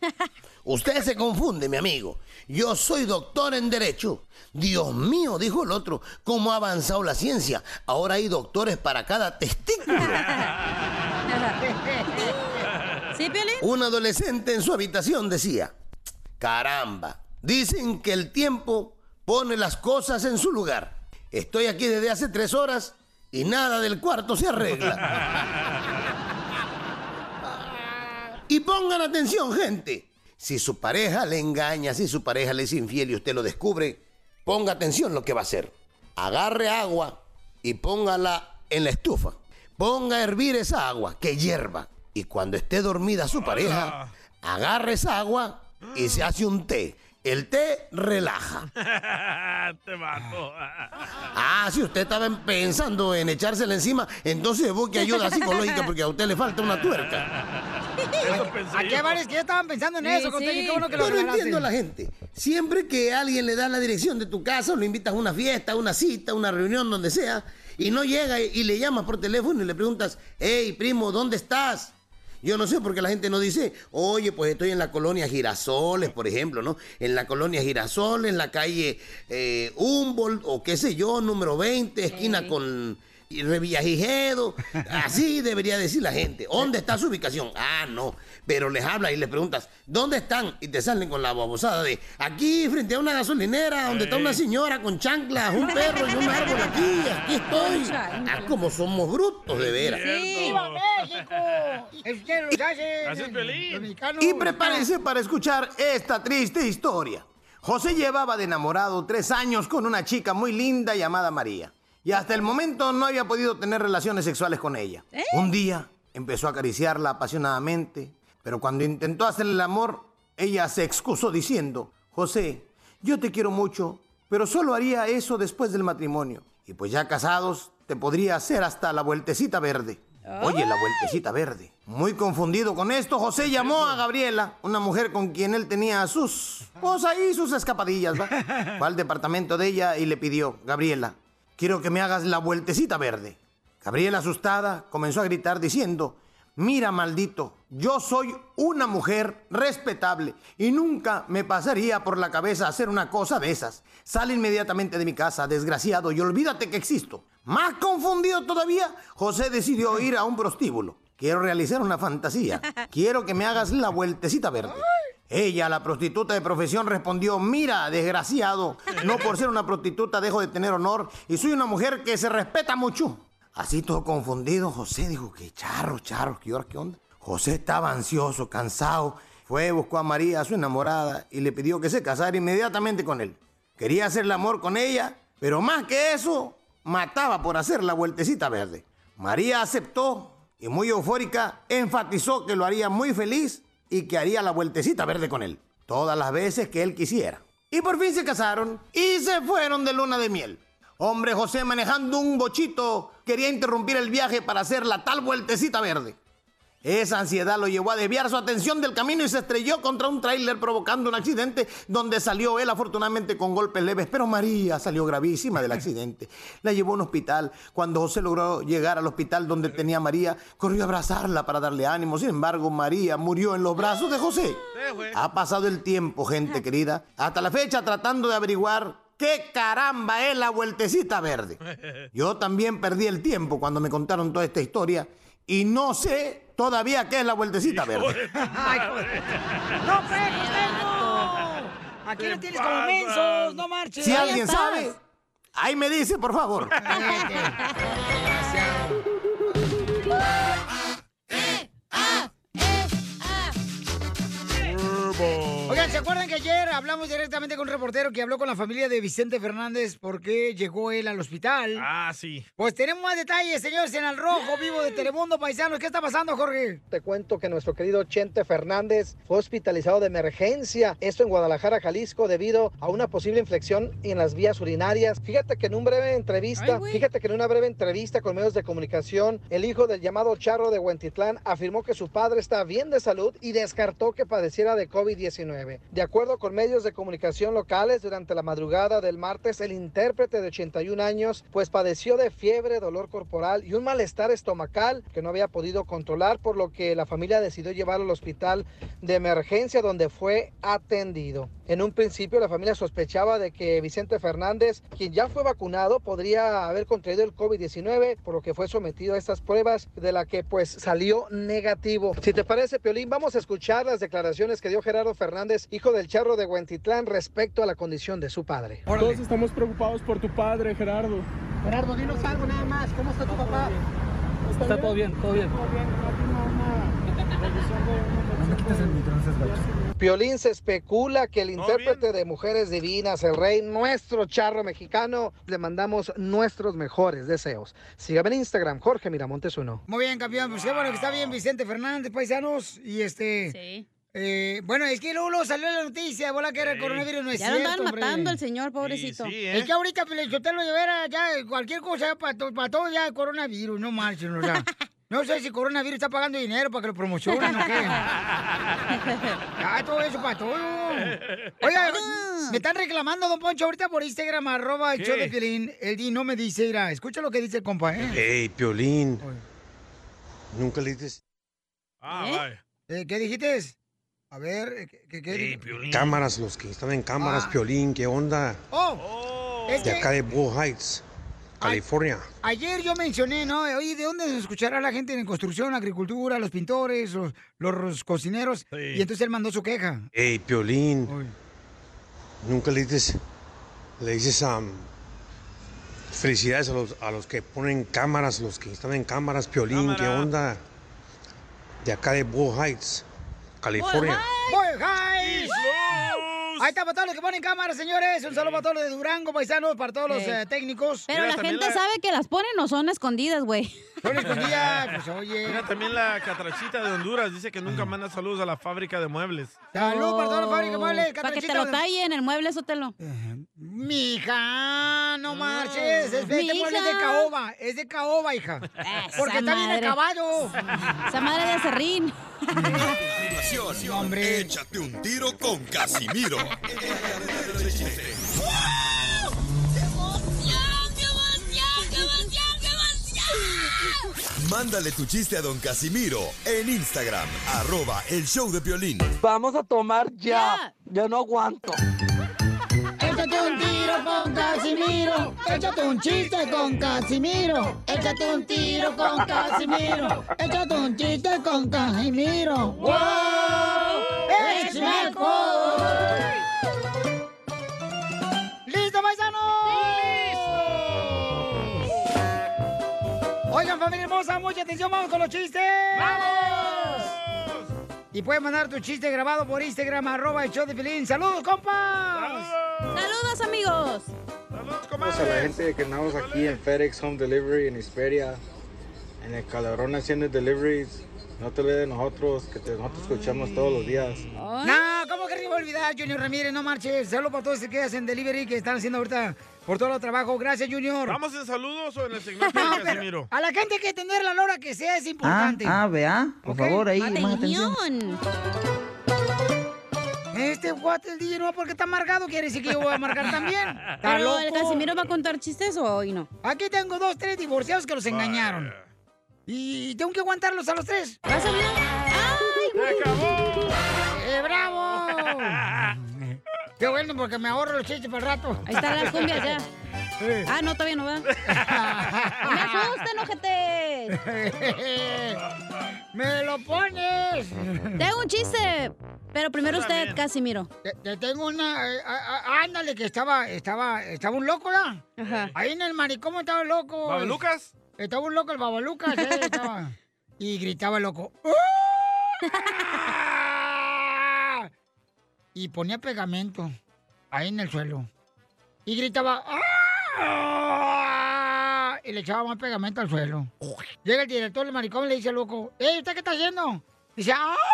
Speaker 7: Usted se confunde, mi amigo. Yo soy doctor en derecho. Dios mío, dijo el otro, cómo ha avanzado la ciencia. Ahora hay doctores para cada testículo.
Speaker 4: ¿Sí, Piolín?
Speaker 7: Un adolescente en su habitación decía, caramba, dicen que el tiempo pone las cosas en su lugar. Estoy aquí desde hace tres horas y nada del cuarto se arregla. Y pongan atención, gente. Si su pareja le engaña, si su pareja le es infiel y usted lo descubre, ponga atención lo que va a hacer. Agarre agua y póngala en la estufa. Ponga a hervir esa agua que hierva. Y cuando esté dormida su pareja, agarre esa agua y se hace un té. El té relaja.
Speaker 3: Te mato.
Speaker 7: Ah, si usted estaba pensando en echársela encima, entonces busque ayuda psicológica porque a usted le falta una tuerca.
Speaker 2: Aquí hay varios que ya estaban pensando en
Speaker 7: Sí,
Speaker 2: eso, costeño.
Speaker 7: sí.
Speaker 2: Qué bueno que lo
Speaker 7: Yo no
Speaker 2: aclaraste.
Speaker 7: entiendo a la gente. Siempre que alguien le da la dirección de tu casa, o lo invitas a una fiesta, a una cita, a una reunión, donde sea, y no llega y y le llamas por teléfono y le preguntas, hey, primo, ¿dónde estás? Yo no sé por qué la gente no dice, oye, pues estoy en la colonia Girasoles, por ejemplo, ¿no? En la colonia Girasoles, en la calle eh, Humboldt, o qué sé yo, número 20, esquina con y Revillagigedo. Así debería decir la gente. ¿Dónde está su ubicación? Ah, no. Pero les hablas y les preguntas, ¿dónde están? Y te salen con la babosada de, aquí, frente a una gasolinera, donde está una señora con chanclas, un perro y un árbol aquí, aquí estoy. Ah, como somos brutos, de veras.
Speaker 2: ¡Viva México! Es que los hacen.
Speaker 7: Así es, Piolín.
Speaker 2: los mexicanos.
Speaker 7: Y prepárense para escuchar esta triste historia. José llevaba de enamorado tres años con una chica muy linda llamada María. Y hasta el momento no había podido tener relaciones sexuales con ella. Un día empezó a acariciarla apasionadamente, pero cuando intentó hacerle el amor, ella se excusó diciendo, José, yo te quiero mucho, pero solo haría eso después del matrimonio. Y pues ya casados, te podría hacer hasta la vueltecita verde. Oye, la vueltecita verde. Muy confundido con esto, José llamó a Gabriela, una mujer con quien él tenía sus cosas y sus escapadillas. ¿va? Fue al departamento de ella y le pidió, Gabriela, quiero que me hagas la vueltecita verde. Gabriela, asustada, comenzó a gritar diciendo, mira, maldito, yo soy una mujer respetable y nunca me pasaría por la cabeza hacer una cosa de esas. Sale inmediatamente de mi casa, desgraciado, y olvídate que existo. Más confundido todavía, José decidió ir a un prostíbulo. Quiero realizar una fantasía. Quiero que me hagas la vueltecita verde. Ella, la prostituta de profesión, respondió, mira, desgraciado, no por ser una prostituta dejo de tener honor y soy una mujer que se respeta mucho. Así todo confundido, José dijo, qué charro, charro, qué hora, qué onda. José estaba ansioso, cansado, fue, buscó a María, su enamorada, y le pidió que se casara inmediatamente con él. Quería hacer el amor con ella, pero más que eso, mataba por hacer la vueltecita verde. María aceptó y muy eufórica enfatizó que lo haría muy feliz y que haría la vueltecita verde con él, todas las veces que él quisiera. Y por fin se casaron y se fueron de luna de miel. Hombre José manejando un bochito quería interrumpir el viaje para hacer la tal vueltecita verde. Esa ansiedad lo llevó a desviar su atención del camino y se estrelló contra un tráiler provocando un accidente donde salió él afortunadamente con golpes leves, pero María salió gravísima del accidente. La llevó a un hospital. Cuando José logró llegar al hospital donde tenía a María, corrió a abrazarla para darle ánimo. Sin embargo, María murió en los brazos de José.
Speaker 8: pues.
Speaker 7: Ha pasado el tiempo, gente querida, hasta la fecha tratando de averiguar qué caramba es la vueltecita verde. Yo también perdí el tiempo cuando me contaron toda esta historia y no sé todavía qué es la vueltecita verde.
Speaker 2: ¡No, pues, costeño! Aquí no tienes como mensos, no marches.
Speaker 7: Si alguien sabe, ahí me dice, por favor.
Speaker 2: Oigan, ¿se acuerdan que ayer hablamos directamente con un reportero que habló con la familia de Vicente Fernández porque llegó él al hospital?
Speaker 3: Ah, sí.
Speaker 2: Pues tenemos más detalles, señores, en Al Rojo Vivo de Telemundo Paisanos. ¿Qué está pasando, Jorge?
Speaker 6: Te cuento que nuestro querido Chente Fernández fue hospitalizado de emergencia, esto en Guadalajara, Jalisco, debido a una posible infección en las vías urinarias. Fíjate que en un breve entrevista, fíjate que en una breve entrevista con medios de comunicación, el hijo del llamado Charro de Huentitlán afirmó que su padre está bien de salud y descartó que padeciera de COVID-19. De acuerdo con medios de comunicación locales, durante la madrugada del martes, el intérprete de 81 años pues padeció de fiebre, dolor corporal y un malestar estomacal que no había podido controlar, por lo que la familia decidió llevarlo al hospital de emergencia donde fue atendido. En un principio la familia sospechaba de que Vicente Fernández, quien ya fue vacunado, podría haber contraído el COVID-19, por lo que fue sometido a estas pruebas de la que pues salió negativo. Si te parece, Piolín, vamos a escuchar las declaraciones que dio Gerardo Fernández, hijo del charro de Huentitlán, respecto a la condición de su padre.
Speaker 14: Todos estamos preocupados por tu padre, Gerardo.
Speaker 2: Gerardo, dinos algo nada más. ¿Cómo está tu papá?
Speaker 14: Está todo bien, todo bien.
Speaker 6: Piolín se especula que el intérprete de Mujeres Divinas, el rey, nuestro charro mexicano, le mandamos nuestros mejores deseos. Sígame en Instagram, Jorge Miramontes uno.
Speaker 2: Muy bien, campeón. Pues qué bueno que está bien Vicente Fernández, paisanos. Y este. Sí. bueno, es que luego, luego salió la noticia, bola que era el
Speaker 4: Sí.
Speaker 2: coronavirus, no es
Speaker 4: Ya lo andaban
Speaker 2: cierto, hombre.
Speaker 4: matando al señor, pobrecito.
Speaker 2: Sí, ¿eh? Es que ahorita Pelín, yo te lo llevara ya cualquier cosa para todo, para todo ya coronavirus, no marchen, o sea. No sé si coronavirus está pagando dinero para que lo promocionen o qué. Ya, Ah, todo eso para todo. Oiga, me están reclamando, don Poncho, ahorita por Instagram, arroba el
Speaker 1: ¿Qué?
Speaker 2: show de Piolín. El di no me dice, irá, escucha lo que dice el compa, ¿eh?
Speaker 1: Ey, Piolín. Nunca le dices
Speaker 3: Ah,
Speaker 2: ¿Eh? Eh, ¿Qué dijiste? A ver, ¿qué, qué, qué dijo?
Speaker 1: cámaras, los que están en cámaras,
Speaker 2: Ah.
Speaker 1: Piolín, ¿qué onda?
Speaker 2: Oh, es
Speaker 1: De
Speaker 2: que
Speaker 1: acá de Bull Heights, California.
Speaker 2: ayer yo mencioné, ¿no? Oye, ¿de dónde se escuchará la gente en construcción, agricultura, los pintores, los, los, cocineros? Y entonces él mandó su queja.
Speaker 1: Ey, Piolín. Nunca le dices, le dices am, felicidades a los, a los que ponen cámaras, los que están en cámaras, Piolín, ¿qué onda? De acá de Bull Heights, California.
Speaker 2: ¡Boy, guys! Ahí está para todos los que ponen cámaras, señores. Un saludo para todos los de Durango, paisanos, para todos los
Speaker 4: Sí.
Speaker 2: eh, técnicos.
Speaker 4: Pero la gente sabe que las ponen o son escondidas, güey.
Speaker 2: Son escondidas, pues oye.
Speaker 3: Mira, también la catrachita de Honduras dice que nunca manda saludos a la fábrica de muebles.
Speaker 2: Salud para toda la fábrica de muebles,
Speaker 4: Para Oh, que te
Speaker 2: Catrachita.
Speaker 4: lo tallen el mueble, sótelo.
Speaker 2: Mija, no marches. Es, este mueble es de caoba. Es de caoba, hija. Porque está bien
Speaker 4: madre.
Speaker 2: acabado.
Speaker 4: Esa madre de serrín.
Speaker 9: Échate un tiro con Casimiro. Mándale tu chiste a don Casimiro en Instagram, arroba el show de Piolín.
Speaker 15: Vamos a tomar ya. Yo no aguanto.
Speaker 2: Échate un tiro con Casimiro. Échate un chiste con Casimiro. Échate un tiro con Casimiro. Échate un chiste con Casimiro. ¡Wow!
Speaker 8: ¡Échame
Speaker 2: ¡Listo, paisanos! Oigan, familia hermosa, mucha atención. Vamos con los chistes. ¡Vamos! Y puedes mandar tu chiste grabado por Instagram, arroba el show de Pilín. ¡Saludos, compas!
Speaker 4: ¡Saludos, amigos!
Speaker 16: Saludos a la gente que andamos aquí en FedEx Home Delivery en Hisperia, en el calorón haciendo deliveries. No te olvides de nosotros, que te, nosotros escuchamos todos los días.
Speaker 2: No, ¿cómo que te iba a olvidar, Junior Ramírez? No marches. Saludos para todos los que hacen delivery que están haciendo ahorita por todo el trabajo. Gracias, Junior.
Speaker 3: ¿Vamos en saludos o en el segmento
Speaker 2: No,
Speaker 3: de
Speaker 2: pero
Speaker 3: Casimiro?
Speaker 2: a la gente hay que atender la hora que sea es
Speaker 17: Ah,
Speaker 2: importante.
Speaker 17: ah, vea. Por favor, ahí, más atención.
Speaker 4: Atención.
Speaker 2: Este guate, el DJ, no, porque está amargado, quiere decir que yo voy a marcar también. ¿Está
Speaker 4: Pero, ¿el Casimiro
Speaker 2: va a contar chistes o hoy no? Aquí tengo dos, tres divorciados que los engañaron. Y tengo que aguantarlos a los tres. ¿Vas a ver? ¡Ay! acabó! ¡Eh, bravo! Qué bueno, porque me ahorro los chistes para el rato.
Speaker 4: Ahí está la cumbia ya.
Speaker 2: Eh.
Speaker 4: Ah, no, todavía no va. ¡Me asustan, ojetes!
Speaker 2: Eh, ¡Me lo pones!
Speaker 4: Tengo un chiste, pero primero usted, Casimiro.
Speaker 2: Te, te tengo una. eh, a- a- ándale, que estaba, estaba, estaba un loco, ¿ya? Ahí en el manicón estaba el loco.
Speaker 3: ¿Babalucas?
Speaker 2: Estaba un loco, el Babalucas, eh, estaba. Y gritaba el loco. "¡Ah!". y ponía pegamento ahí en el suelo. Y gritaba, ¡Ah! Y le echaba más pegamento al suelo. Llega el director del maricón y le dice al loco, ¡Ey, ¿usted qué está haciendo? Dice, ¡Ah!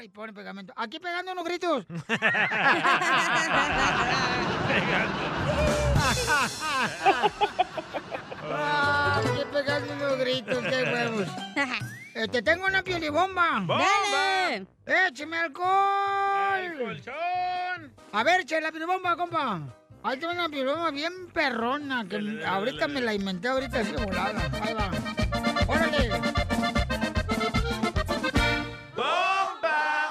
Speaker 2: Y pone pegamento. Aquí pegando unos gritos. Ah, Aquí pegando unos gritos, qué huevos. Este, tengo una piolibomba. ¡Dale! ¡Écheme alcohol! colchón! A ver, che, la piolibomba, compa. Ahí tengo una piolibomba bien perrona que ahorita me la inventé, ahorita así de volada. Ahí va. ¡Órale!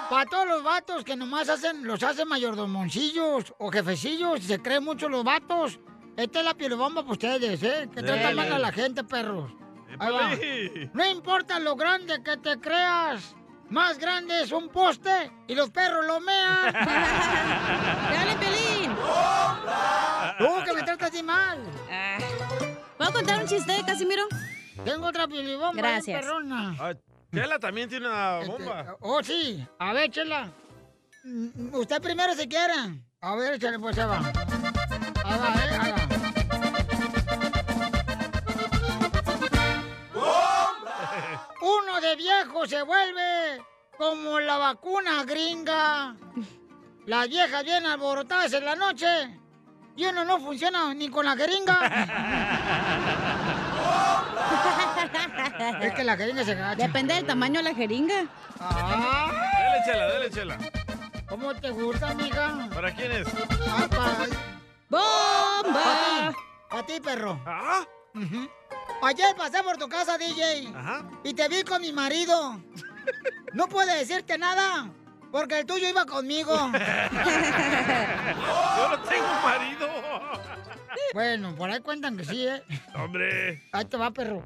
Speaker 2: Para todos los vatos que nomás hacen, los hacen mayordomoncillos o jefecillos, se creen mucho los vatos. Esta es la piolibomba para ustedes, ¿eh? Que tratan
Speaker 8: Dale.
Speaker 2: mal a la gente, perros. Ahí va.
Speaker 8: Épale.
Speaker 2: No importa lo grande que te creas, más grande es un poste y los perros lo mean. ¡Dale, Pelín! ¡Tú que me tratas así mal!
Speaker 4: Ah. ¿Puedo contar un chiste, Casimiro?
Speaker 2: Tengo otra pilibomba. bien
Speaker 4: Gracias.
Speaker 2: perrona.
Speaker 3: Ah, Chela también tiene una bomba.
Speaker 2: Oh, sí. A ver, Chela. Mm, Usted primero si quiere. A ver, Chela, pues se va. Ahí va, eh, ahí va. Uno de viejo se vuelve como la vacuna gringa. Las viejas bien alborotadas en la noche. Y uno no funciona ni con la jeringa. es que la jeringa se agacha.
Speaker 4: Depende del tamaño de la jeringa.
Speaker 2: oh, ah.
Speaker 3: Dale, Chela, dale, Chela.
Speaker 2: ¿Cómo te gusta, amiga?
Speaker 3: ¿Para quién es?
Speaker 2: ¡Bomba! ¿Ah? A ti, perro. Ujú. Ayer pasé por tu casa, DJ. Y te vi con mi marido. No puede decirte nada, porque el tuyo iba conmigo.
Speaker 8: Yo no tengo marido.
Speaker 2: bueno, por ahí cuentan que sí, ¿eh?
Speaker 8: Hombre.
Speaker 2: Ahí te va, perro.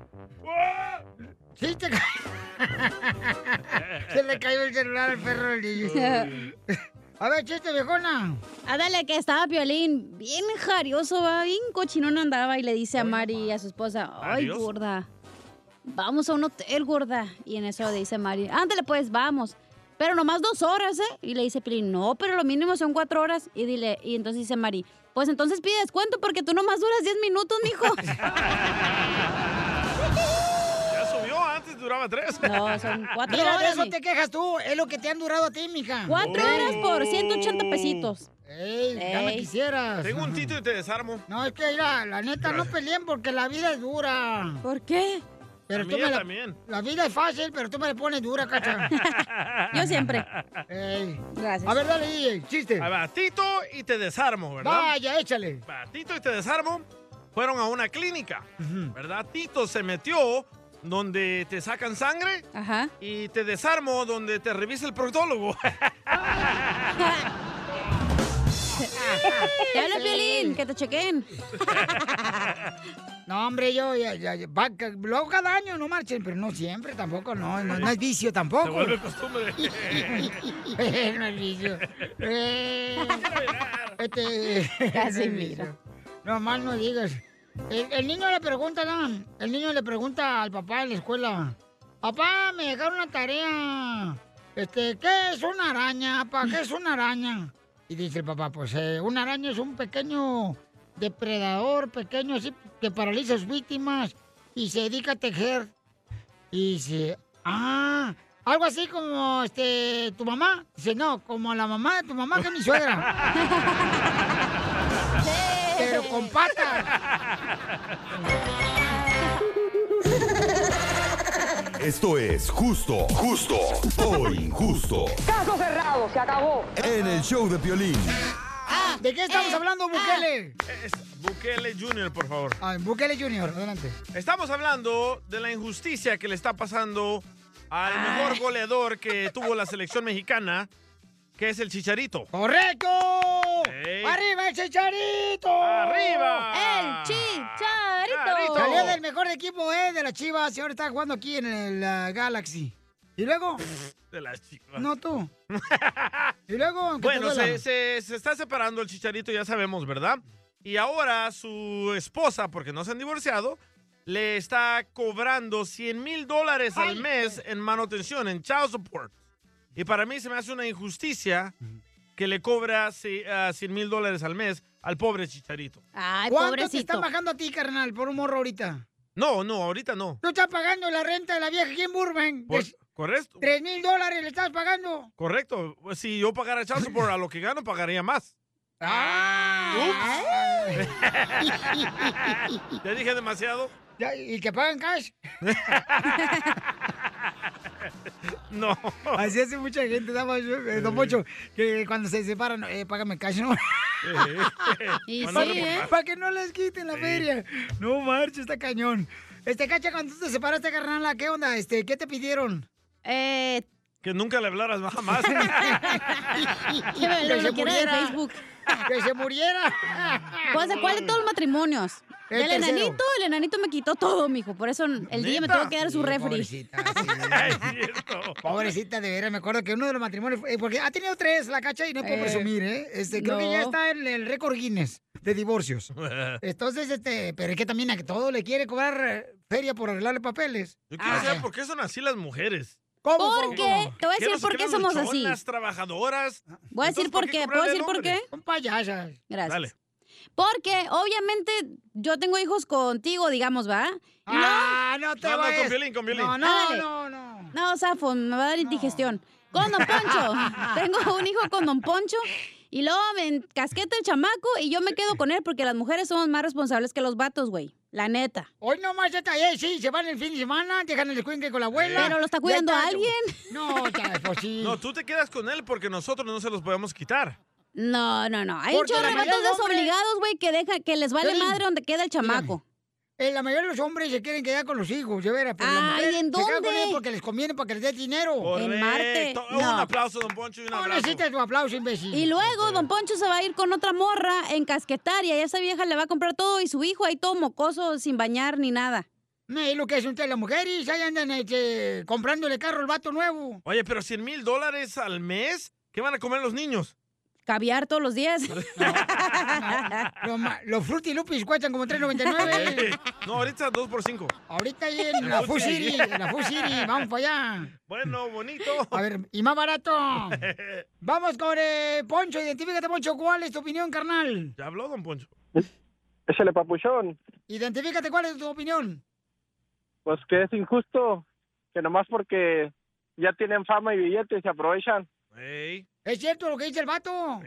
Speaker 2: Sí, te ca- Se le cayó el celular al perro del DJ. A ver, chiste, viejona.
Speaker 4: Ándale, Ah, que estaba Piolín bien jarioso, va, bien cochinón andaba y le dice a Mari, a su esposa, ay,
Speaker 8: Adiós.
Speaker 4: gorda, vamos a un hotel, gorda. Y en eso le dice Mari, ándale pues, vamos. Pero nomás dos horas, ¿eh? Y le dice Piolín, no, pero lo mínimo son cuatro horas. Y, dile, y entonces dice Mari, pues entonces pide descuento porque tú nomás duras diez minutos, mijo.
Speaker 3: Ya subió, antes duraba tres.
Speaker 4: No, son cuatro
Speaker 2: Mira, de
Speaker 4: horas,
Speaker 2: eso
Speaker 4: sí.
Speaker 2: te quejas tú. Es lo que te han durado a ti, mija.
Speaker 4: Cuatro horas por 180 pesitos.
Speaker 2: Ey, ya me
Speaker 4: Ey.
Speaker 2: quisieras.
Speaker 3: Tengo un tito y te desarmo.
Speaker 2: No, es que mira, la neta, no peleen porque la vida es dura.
Speaker 4: ¿Por qué?
Speaker 2: Pero
Speaker 3: La
Speaker 2: tú
Speaker 3: mía
Speaker 2: me la,
Speaker 3: también.
Speaker 2: la vida es fácil, pero tú me la pones dura, cacha.
Speaker 4: Yo siempre.
Speaker 2: Gracias. A ver, dale, DJ, chiste.
Speaker 3: Ahí va, tito y te desarmo, ¿verdad?
Speaker 2: Vaya, échale.
Speaker 3: Va, Tito y te desarmo fueron a una clínica, ¿verdad? Tito se metió donde te sacan sangre y te desarmo donde te revisa el proctólogo.
Speaker 4: Te habla Piolín, que te chequen.
Speaker 2: No, hombre, yo, ya, ya, ya, va- que- lo hago cada año, no marchen, pero no siempre, tampoco, no, no, no es vicio tampoco.
Speaker 8: Se vuelve costumbre.
Speaker 2: no es vicio. Eh, este,
Speaker 8: Casi
Speaker 2: no
Speaker 8: mira.
Speaker 2: es vicio. No, más no digas. El, el niño le pregunta, ¿no? El niño le pregunta al papá en la escuela, papá, me dejaron una tarea. Este, ¿qué es una araña, papá? ¿Qué es una araña? Y dice el papá, pues eh, una araña es un pequeño depredador, pequeño así, que paraliza a sus víctimas y se dedica a tejer. Y dice, ah, algo así como este, tu mamá. Dice, no, como la mamá de tu mamá que es mi suegra. Pero con patas.
Speaker 9: Esto es justo, justo o injusto.
Speaker 2: Caso cerrado, se acabó. Eh,
Speaker 9: En el show de Piolín.
Speaker 2: ¿De qué estamos hablando, Bukele?
Speaker 3: Bukele Jr., por favor.
Speaker 2: Ah, Bukele Junior, adelante.
Speaker 3: Estamos hablando de la injusticia que le está pasando al mejor goleador que tuvo la selección mexicana, que es el Chicharito.
Speaker 2: ¡Correcto!
Speaker 3: Ey.
Speaker 2: ¡Arriba el chicharito!
Speaker 3: ¡Arriba!
Speaker 2: ¡El
Speaker 8: Chicharito.
Speaker 2: Salió del mejor equipo, ¿eh? De las chivas y ahora está jugando aquí en el ah, Galaxy. ¿Y luego?
Speaker 3: De las chivas.
Speaker 2: No tú. ¿Y luego? ¿Qué te
Speaker 3: Bueno,
Speaker 2: duela?
Speaker 3: se, se- se está separando el chicharito, ya sabemos, ¿verdad? Y ahora su esposa, porque no se han divorciado, le está cobrando 100 mil dólares al mes en manutención, en child support. Y para mí se me hace una injusticia que le cobra ci- ah, 100 mil dólares al mes al pobre Chicharito.
Speaker 4: Ay,
Speaker 2: ¿Cuánto te
Speaker 4: pobrecito.
Speaker 2: están bajando a ti, carnal, por un morro ahorita?
Speaker 3: No, no, ahorita no.
Speaker 2: ¿No estás pagando la renta de la vieja aquí en Burbank?
Speaker 3: Por- correcto,
Speaker 2: Tres mil dólares le estás pagando.
Speaker 3: correcto. Pues, Si yo pagara chance por a lo que gano, pagaría más. Ups. ¿Ya dije demasiado?
Speaker 2: Ya, ¿Y te pagan cash?
Speaker 3: No.
Speaker 2: Así hace mucha gente, dama, yo, eh, don Pocho, que cuando se separan, eh, págame cash, ¿no?
Speaker 8: Y
Speaker 2: para,
Speaker 8: sí, ¿eh?
Speaker 2: para que no les quiten la feria. No marches, está cañón. Este, Cacha, cuando tú te separaste, carnal, ¿qué onda? Este, ¿qué te pidieron?
Speaker 4: Eh...
Speaker 3: Que nunca le hablaras nada más.
Speaker 4: Que me lo bloqueara de Facebook.
Speaker 2: Que se muriera.
Speaker 4: Pues se de todos los matrimonios.
Speaker 2: El
Speaker 4: El,
Speaker 2: tercero.
Speaker 4: enanito, el enanito me quitó todo, mijo. Por eso el día me
Speaker 2: ¿Neta?
Speaker 4: tuvo que dar su
Speaker 2: Sí,
Speaker 4: refri.
Speaker 2: pobrecita, Pobrecita, de veras, me acuerdo que uno de los matrimonios, fue- eh, porque ha tenido tres la cacha y no puedo
Speaker 8: Eh,
Speaker 2: presumir, ¿eh? Este, creo que ya
Speaker 8: no.
Speaker 2: está en el récord Guinness de divorcios. Entonces, este, pero es que también a que todo le quiere cobrar eh, feria por arreglarle papeles.
Speaker 3: Yo quiero saber por qué son así las mujeres.
Speaker 2: ¿Cómo,
Speaker 4: ¿Por qué? Te voy a decir por qué somos así.
Speaker 3: Las trabajadoras.
Speaker 4: Voy a decir por qué. ¿Puedo decir por qué?
Speaker 2: Son payasas.
Speaker 4: Gracias.
Speaker 3: Dale.
Speaker 4: Porque obviamente yo tengo hijos contigo, digamos, ¿va?
Speaker 2: Ah, no
Speaker 3: te No, no, con vayas. Piolín, con Piolín. No, no,
Speaker 2: no, no.
Speaker 4: No, Safo, me va a dar indigestión. Con Don Poncho. tengo un hijo con Don Poncho. Y luego me casqueta el chamaco y yo me quedo con él porque las mujeres somos más responsables que los vatos, güey. La neta.
Speaker 2: Hoy nomás ya está ahí, eh, sí, se van el fin de semana, dejan el escuinque con la abuela.
Speaker 4: Pero lo está
Speaker 2: Ya
Speaker 4: cuidando
Speaker 2: está.
Speaker 4: alguien.
Speaker 2: No, ya, pues sí.
Speaker 3: No, tú te quedas con él porque nosotros no se los podemos quitar.
Speaker 4: No, no, no. Hay un
Speaker 2: Porque
Speaker 4: chorro
Speaker 2: la
Speaker 4: de
Speaker 2: mayoría
Speaker 4: vatos
Speaker 2: de los hombres-
Speaker 4: desobligados, güey, que deja, que les vale
Speaker 2: Piolín,
Speaker 4: madre donde queda el chamaco.
Speaker 2: Eh, la mayoría de los hombres se quieren quedar con los hijos, de veras. Pero la
Speaker 4: Ay,
Speaker 2: mujer
Speaker 4: ¿en
Speaker 2: se queda con
Speaker 4: dónde?
Speaker 2: ellos porque les conviene, para que les dé dinero.
Speaker 3: Correcto. Un aplauso, don Poncho, y un
Speaker 2: No
Speaker 3: abrazo.
Speaker 2: necesitas tu aplauso, imbécil.
Speaker 4: Y luego Don Poncho se va a ir con otra morra en casquetaria y esa vieja le va a comprar todo y su hijo ahí todo mocoso sin bañar ni nada.
Speaker 2: No es lo que es un las mujeres, ahí andan este, comprándole carro al vato nuevo.
Speaker 3: Oye, pero 100 mil dólares al mes, ¿qué van a comer los niños?
Speaker 4: Caviar todos los días.
Speaker 2: Los, Ah, ma- los Fruity Lupis cuestan como 3.99.
Speaker 3: no, ahorita 2 por 5
Speaker 2: Ahorita ahí en la Food City, en la Food City, vamos para allá.
Speaker 3: Bueno, bonito.
Speaker 2: A ver, y más barato. Vamos con eh, Poncho, identifícate, Poncho, ¿cuál es tu opinión, carnal?
Speaker 3: Ya habló don Poncho.
Speaker 18: Échale papuchón.
Speaker 2: Identifícate, ¿cuál es tu opinión?
Speaker 18: Pues que es injusto. Que nomás porque ya tienen fama y billetes se aprovechan.
Speaker 2: ¿Es cierto lo que dice el vato?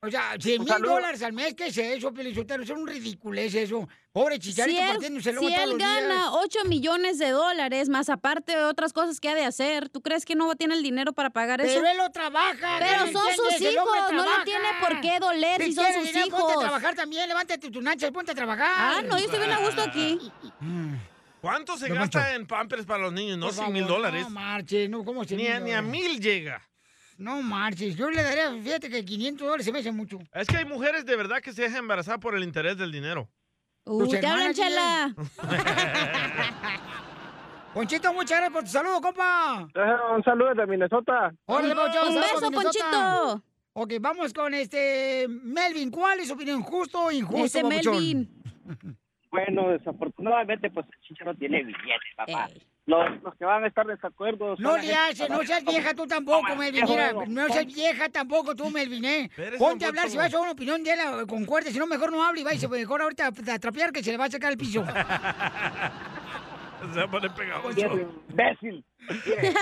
Speaker 2: O sea, 100
Speaker 18: Un
Speaker 2: mil
Speaker 18: saludo.
Speaker 2: dólares al mes, ¿qué es eso, Pelizotero? Es un ridiculez eso. Pobre chicharito
Speaker 4: si él,
Speaker 2: partiéndose el lomo
Speaker 4: si
Speaker 2: todos
Speaker 4: él
Speaker 2: los días.
Speaker 4: gana 8 millones de dólares, más aparte de otras cosas que ha de hacer, ¿tú crees que no tiene el dinero para pagar eso?
Speaker 2: Pero él lo trabaja.
Speaker 4: Pero
Speaker 2: ¿me
Speaker 4: son
Speaker 2: entiendes?
Speaker 4: sus
Speaker 2: El hombre
Speaker 4: hijos, no le
Speaker 2: trabaja.
Speaker 4: tiene por qué doler si son
Speaker 2: quieres
Speaker 4: sus
Speaker 2: dinero, Ponte a
Speaker 4: hijos.
Speaker 2: trabajar también, levántate tu nacha y ponte a trabajar.
Speaker 4: Ah, no, yo estoy bien a gusto aquí.
Speaker 3: ¿Cuánto se
Speaker 2: Don
Speaker 3: gasta
Speaker 2: Poncho.
Speaker 3: en pampers para los niños? No,
Speaker 2: Por
Speaker 3: 100 mil
Speaker 2: favor,
Speaker 3: dólares.
Speaker 2: No marches, no, ¿cómo se
Speaker 3: Ni a- ni a mil llega.
Speaker 2: No marches, yo le daría, fíjate que 500 dólares se me hace mucho.
Speaker 3: Es que hay mujeres de verdad que se dejan embarazar por el interés del dinero.
Speaker 2: Tus hermanas, DJ. Ponchito, muchas gracias por tu saludo, compa.
Speaker 18: Un saludo de Minnesota.
Speaker 2: Órale, Poncho,
Speaker 18: Un
Speaker 2: saludos,
Speaker 18: beso,
Speaker 2: Minnesota.
Speaker 18: Ponchito.
Speaker 2: Ok, vamos con este Melvin. ¿Cuál es su opinión? ¿Justo o injusto,
Speaker 18: Este
Speaker 19: Ese
Speaker 2: papuchón?
Speaker 19: Melvin. Bueno, desafortunadamente, pues el chicharo tiene billetes, papá.
Speaker 2: Ey.
Speaker 19: Los, los que van a estar desacuerdos.
Speaker 2: Eh. No le haces, no seas vieja tú tampoco, Melvin. Mira, no seas vieja tampoco tú, Melvin, ¿eh?
Speaker 19: Pero eres
Speaker 2: Ponte
Speaker 19: tan
Speaker 2: a hablar,
Speaker 19: buen
Speaker 2: si vas a una opinión de él, concuerde. Si no, mejor no hable y vais mejor ahorita a a trapear que se le va a sacar el piso.
Speaker 3: Se va a poner pegajoso.
Speaker 19: Imbécil. Mire,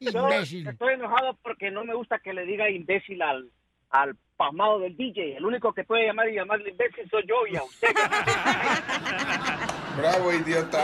Speaker 19: yo
Speaker 2: Imbécil.
Speaker 19: Estoy enojado porque no me gusta que le diga imbécil al, al pasmado del DJ. El único que puede llamar y llamarle imbécil soy yo y a usted.
Speaker 14: Bravo, idiota.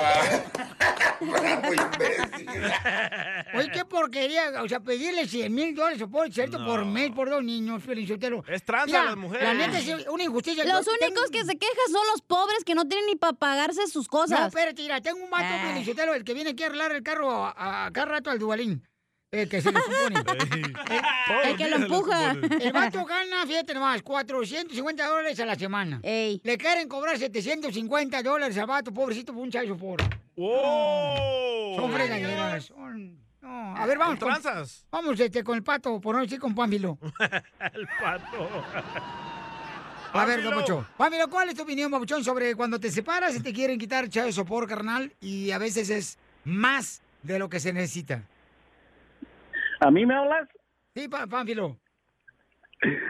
Speaker 2: Oye, qué porquería. O sea, pedirle 100 mil dólares o por cierto por mes por dos niños, Felicitero. Es
Speaker 3: tranza
Speaker 2: Mira,
Speaker 3: las mujeres.
Speaker 2: La neta es una injusticia.
Speaker 4: Los
Speaker 2: Yo tengo-
Speaker 4: únicos que se quejan son los pobres que no tienen ni para pagarse sus cosas.
Speaker 2: No, espérate, mira, tengo un vato,
Speaker 4: Ah.
Speaker 2: Felicitero, el que viene aquí a arreglar el carro a, a- a cada rato al Dubalín. El que se le supone. Eh,
Speaker 4: El que lo empuja.
Speaker 2: El vato gana, fíjate nomás, 450 dólares a la semana. Le quieren cobrar 750 dólares al vato, pobrecito, por un chayo por.
Speaker 3: ¡Oh!
Speaker 2: Son fregaderas. No, a ver, vamos.
Speaker 3: Con tranzas.
Speaker 2: Vamos este, con el pato, por no decir con Pámbilo.
Speaker 3: El pato.
Speaker 2: A ver, don Poncho. Pámbilo, ¿cuál es tu opinión, Papuchón, sobre cuando te separas y te quieren quitar chayo sopor, carnal? Y a veces es más de lo que se necesita.
Speaker 19: ¿A mí me hablas?
Speaker 2: Sí, Pá- Pámbilo.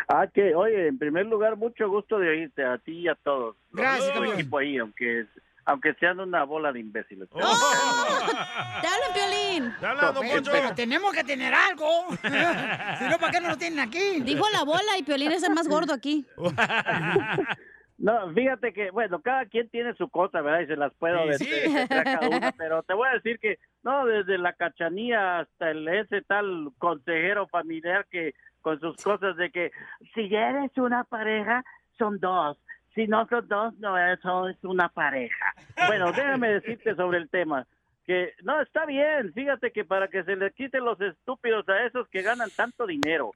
Speaker 20: Ah, que, oye, en primer lugar, mucho gusto de oírte a ti y a todos.
Speaker 2: Gracias,
Speaker 20: Todo el
Speaker 2: campeón.
Speaker 20: equipo ahí, aunque, aunque sean una bola de imbéciles.
Speaker 2: Oh.
Speaker 8: ¡Oh!
Speaker 2: ¡Te hablan, Piolín! ¡Te
Speaker 20: hablan, don Poncho.
Speaker 2: Pero tenemos que tener algo. si no, ¿para qué no lo tienen aquí?
Speaker 4: Dijo la bola y Piolín es el más gordo aquí.
Speaker 20: No, fíjate que, bueno, cada quien tiene su cosa, ¿verdad? Y se las puedo
Speaker 2: Sí,
Speaker 20: decir este,
Speaker 2: sí.
Speaker 20: a cada uno, pero te voy a decir que, no, desde la cachanía hasta el ese tal consejero familiar que con sus cosas de que si eres una pareja, son dos. Si no son dos, no es, es una pareja. Bueno, déjame decirte sobre el tema. Que no, está bien, fíjate que para que se les quiten los estúpidos a esos que ganan tanto dinero.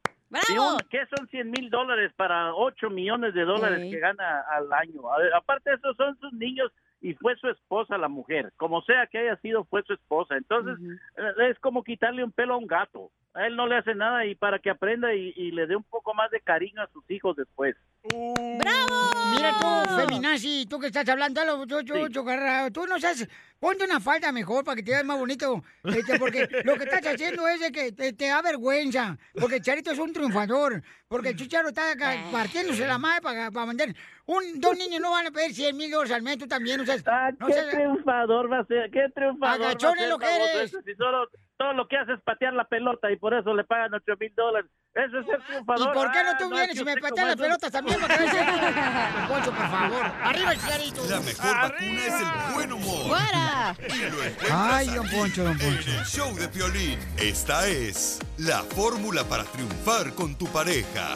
Speaker 4: ¿Qué
Speaker 20: son 100 mil dólares para 8 millones de dólares
Speaker 21: Ey.
Speaker 20: que gana al año? A ver, aparte de eso, son sus niños y fue su esposa la mujer. Como sea que haya sido, fue su esposa. Entonces, eh, es como quitarle un pelo a un gato. A él no le hace nada y para que aprenda y, y le dé un poco más de cariño a sus hijos después.
Speaker 2: Mira tú, feminazi, tú que estás hablando, dale, yo, yo,
Speaker 20: Sí.
Speaker 2: yo, garra, tú no seas, ponte una falda mejor para que te veas más bonito, este, porque lo que estás haciendo es de que te, te da vergüenza, porque Charito es un triunfador, porque el Chucharo está ca- partiéndose la madre para, para vender, un, dos niños no van a pedir 100 mil dólares al mes, tú también, no seas, no
Speaker 20: Ah, ¿Qué
Speaker 2: seas-
Speaker 20: triunfador va a ser? ¿Qué triunfador? va a
Speaker 2: Agachones
Speaker 20: ser,
Speaker 2: lo que
Speaker 20: baboso?
Speaker 2: eres.
Speaker 20: Eso sí, solo- todo lo que hace es patear la pelota y por eso le pagan 8 mil dólares. Eso es ser triunfador.
Speaker 2: ¿Y por qué
Speaker 20: Ah,
Speaker 2: no tú
Speaker 20: es
Speaker 2: vienes
Speaker 20: que
Speaker 2: y me
Speaker 20: usted
Speaker 2: pateas
Speaker 20: como
Speaker 2: las
Speaker 20: es un-
Speaker 2: pelotas también? Para que veas- Poncho, por favor. Arriba el Chicharito.
Speaker 9: La mejor vacuna es el buen humor.
Speaker 2: Fuera.
Speaker 9: Y lo encuentras
Speaker 2: Ay,
Speaker 9: aquí,
Speaker 2: don Poncho, don Poncho.
Speaker 9: en el show de Piolín. Esta es la fórmula para triunfar con tu pareja.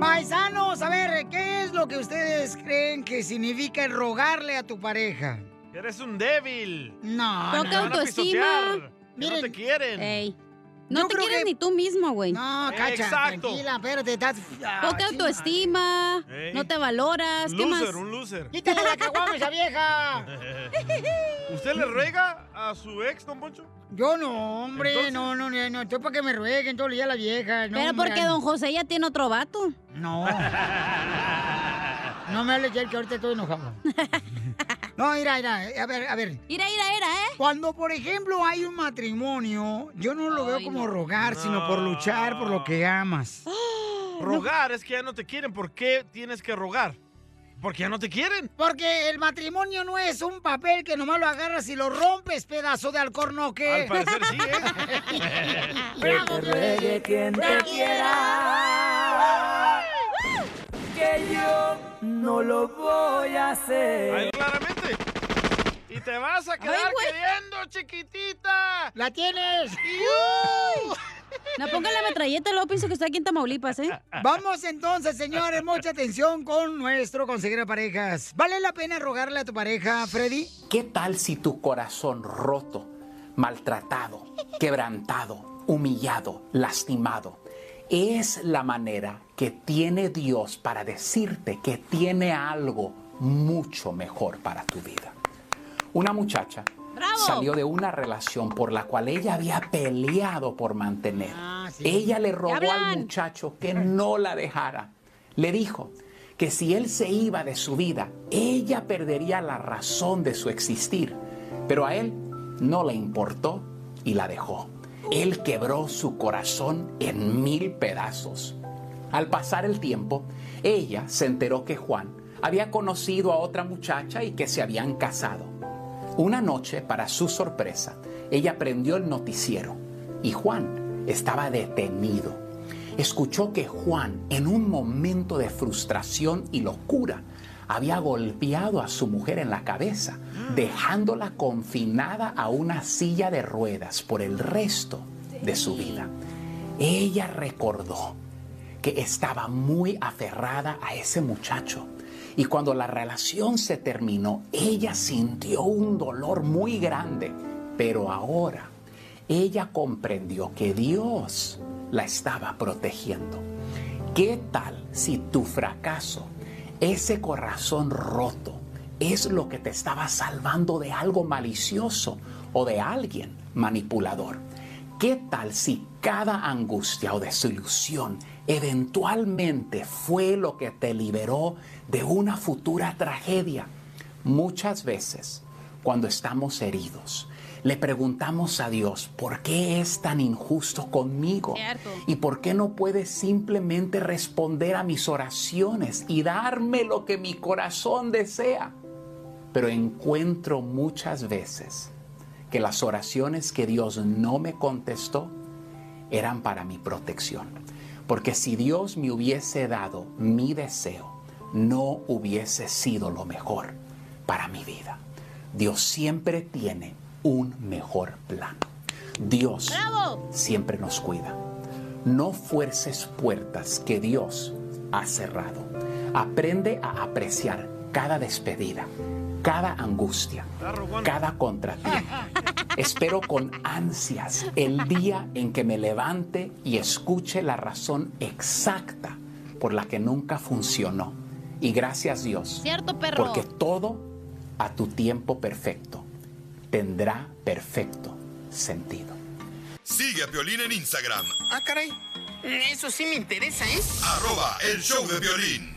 Speaker 2: Paisanos, a ver, ¿qué es lo que ustedes creen que significa el rogarle a tu pareja?
Speaker 3: Eres un débil.
Speaker 2: No,
Speaker 3: Poca
Speaker 2: no.
Speaker 3: autoestima. Miren, no te quieren.
Speaker 4: No te quieres ni tú mismo, güey.
Speaker 2: No,
Speaker 3: cacha, Exacto. tranquila,
Speaker 2: espérate, estás...
Speaker 4: Poca autoestima,
Speaker 3: Ey.
Speaker 4: no te valoras,
Speaker 3: Un
Speaker 4: ¿qué
Speaker 3: loser,
Speaker 4: más?
Speaker 3: un loser.
Speaker 2: Quítale la caguama a esa vieja.
Speaker 3: ¿Usted le ruega a su ex, don Poncho?
Speaker 2: Yo no, hombre, no, no, no, no, estoy para que me rueguen todo el día la vieja. No,
Speaker 4: Pero porque don José ya tiene otro vato.
Speaker 2: No. No me hables ya que ahorita estoy enojado. No, mira, mira, eh, a ver, a ver.
Speaker 4: Mira, mira, mira, ¿eh?
Speaker 2: Cuando, por ejemplo, hay un matrimonio, yo no lo veo como rogar, sino por luchar por lo que amas.
Speaker 3: Rogar es que ya no te quieren. ¿Por qué tienes que rogar? Porque ya no te quieren.
Speaker 2: Porque el matrimonio no es un papel que nomás lo agarras y lo rompes, pedazo de alcornoque.
Speaker 3: Al parecer sí,
Speaker 2: Bravo,
Speaker 8: ruegue quien te
Speaker 2: quiera.
Speaker 8: Que yo no lo voy a hacer.
Speaker 3: Ahí claramente. Y te vas a quedar queriendo, chiquitita.
Speaker 2: ¡La tienes!
Speaker 4: No ponga la metralleta, luego pienso que está aquí en Tamaulipas, ¿eh?
Speaker 2: Vamos entonces, señores, mucha atención con nuestro consejero de parejas. ¿Vale la pena rogarle a tu pareja, Freddy?
Speaker 14: ¿Qué tal si tu corazón roto, maltratado, quebrantado, humillado, lastimado, es la manera que tiene Dios para decirte que tiene algo mucho mejor para tu vida? Una muchacha salió de una relación por la cual ella había peleado por mantener.
Speaker 2: Ah, sí.
Speaker 14: Ella le
Speaker 2: Ya
Speaker 14: rogó al
Speaker 2: hablan.
Speaker 14: muchacho que no la dejara. Le dijo que si él se iba de su vida, ella perdería la razón de su existir. Pero a él no le importó y la dejó. Él quebró su corazón en mil pedazos. Al pasar el tiempo, ella se enteró que Juan había conocido a otra muchacha y que se habían casado. Una noche, para su sorpresa, ella prendió el noticiero y Juan estaba detenido. Escuchó que Juan, en un momento de frustración y locura, había golpeado a su mujer en la cabeza, dejándola confinada a una silla de ruedas por el resto de su vida. Ella recordó que estaba muy aferrada a ese muchacho. Y cuando la relación se terminó, ella sintió un dolor muy grande. Pero ahora ella comprendió que Dios la estaba protegiendo. ¿Qué tal si tu fracaso, ese corazón roto, es lo que te estaba salvando de algo malicioso o de alguien manipulador? ¿Qué tal si cada angustia o desilusión eventualmente fue lo que te liberó de una futura tragedia? Muchas veces cuando estamos heridos. Le preguntamos a Dios, ¿por qué es tan injusto conmigo?
Speaker 4: Cierto.
Speaker 14: ¿Y por qué no puedes simplemente responder a mis oraciones y darme lo que mi corazón desea? Pero encuentro muchas veces que las oraciones que Dios no me contestó eran para mi protección. Porque si Dios me hubiese dado mi deseo, no hubiese sido lo mejor para mi vida. Dios siempre tiene un mejor plan. Dios siempre nos cuida. No fuerces puertas que Dios ha cerrado. Aprende a apreciar cada despedida, cada angustia, cada contratiempo. Espero con ansias el día en que me levante y escuche la razón exacta por la que nunca funcionó. Y gracias Dios,
Speaker 4: Cierto, perro.
Speaker 14: porque todo a tu tiempo perfecto tendrá perfecto sentido.
Speaker 9: Sigue a Piolín en Instagram,
Speaker 21: Ah, caray. Eso sí me interesa, ¿eh?
Speaker 9: arroba el show de violín.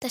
Speaker 22: The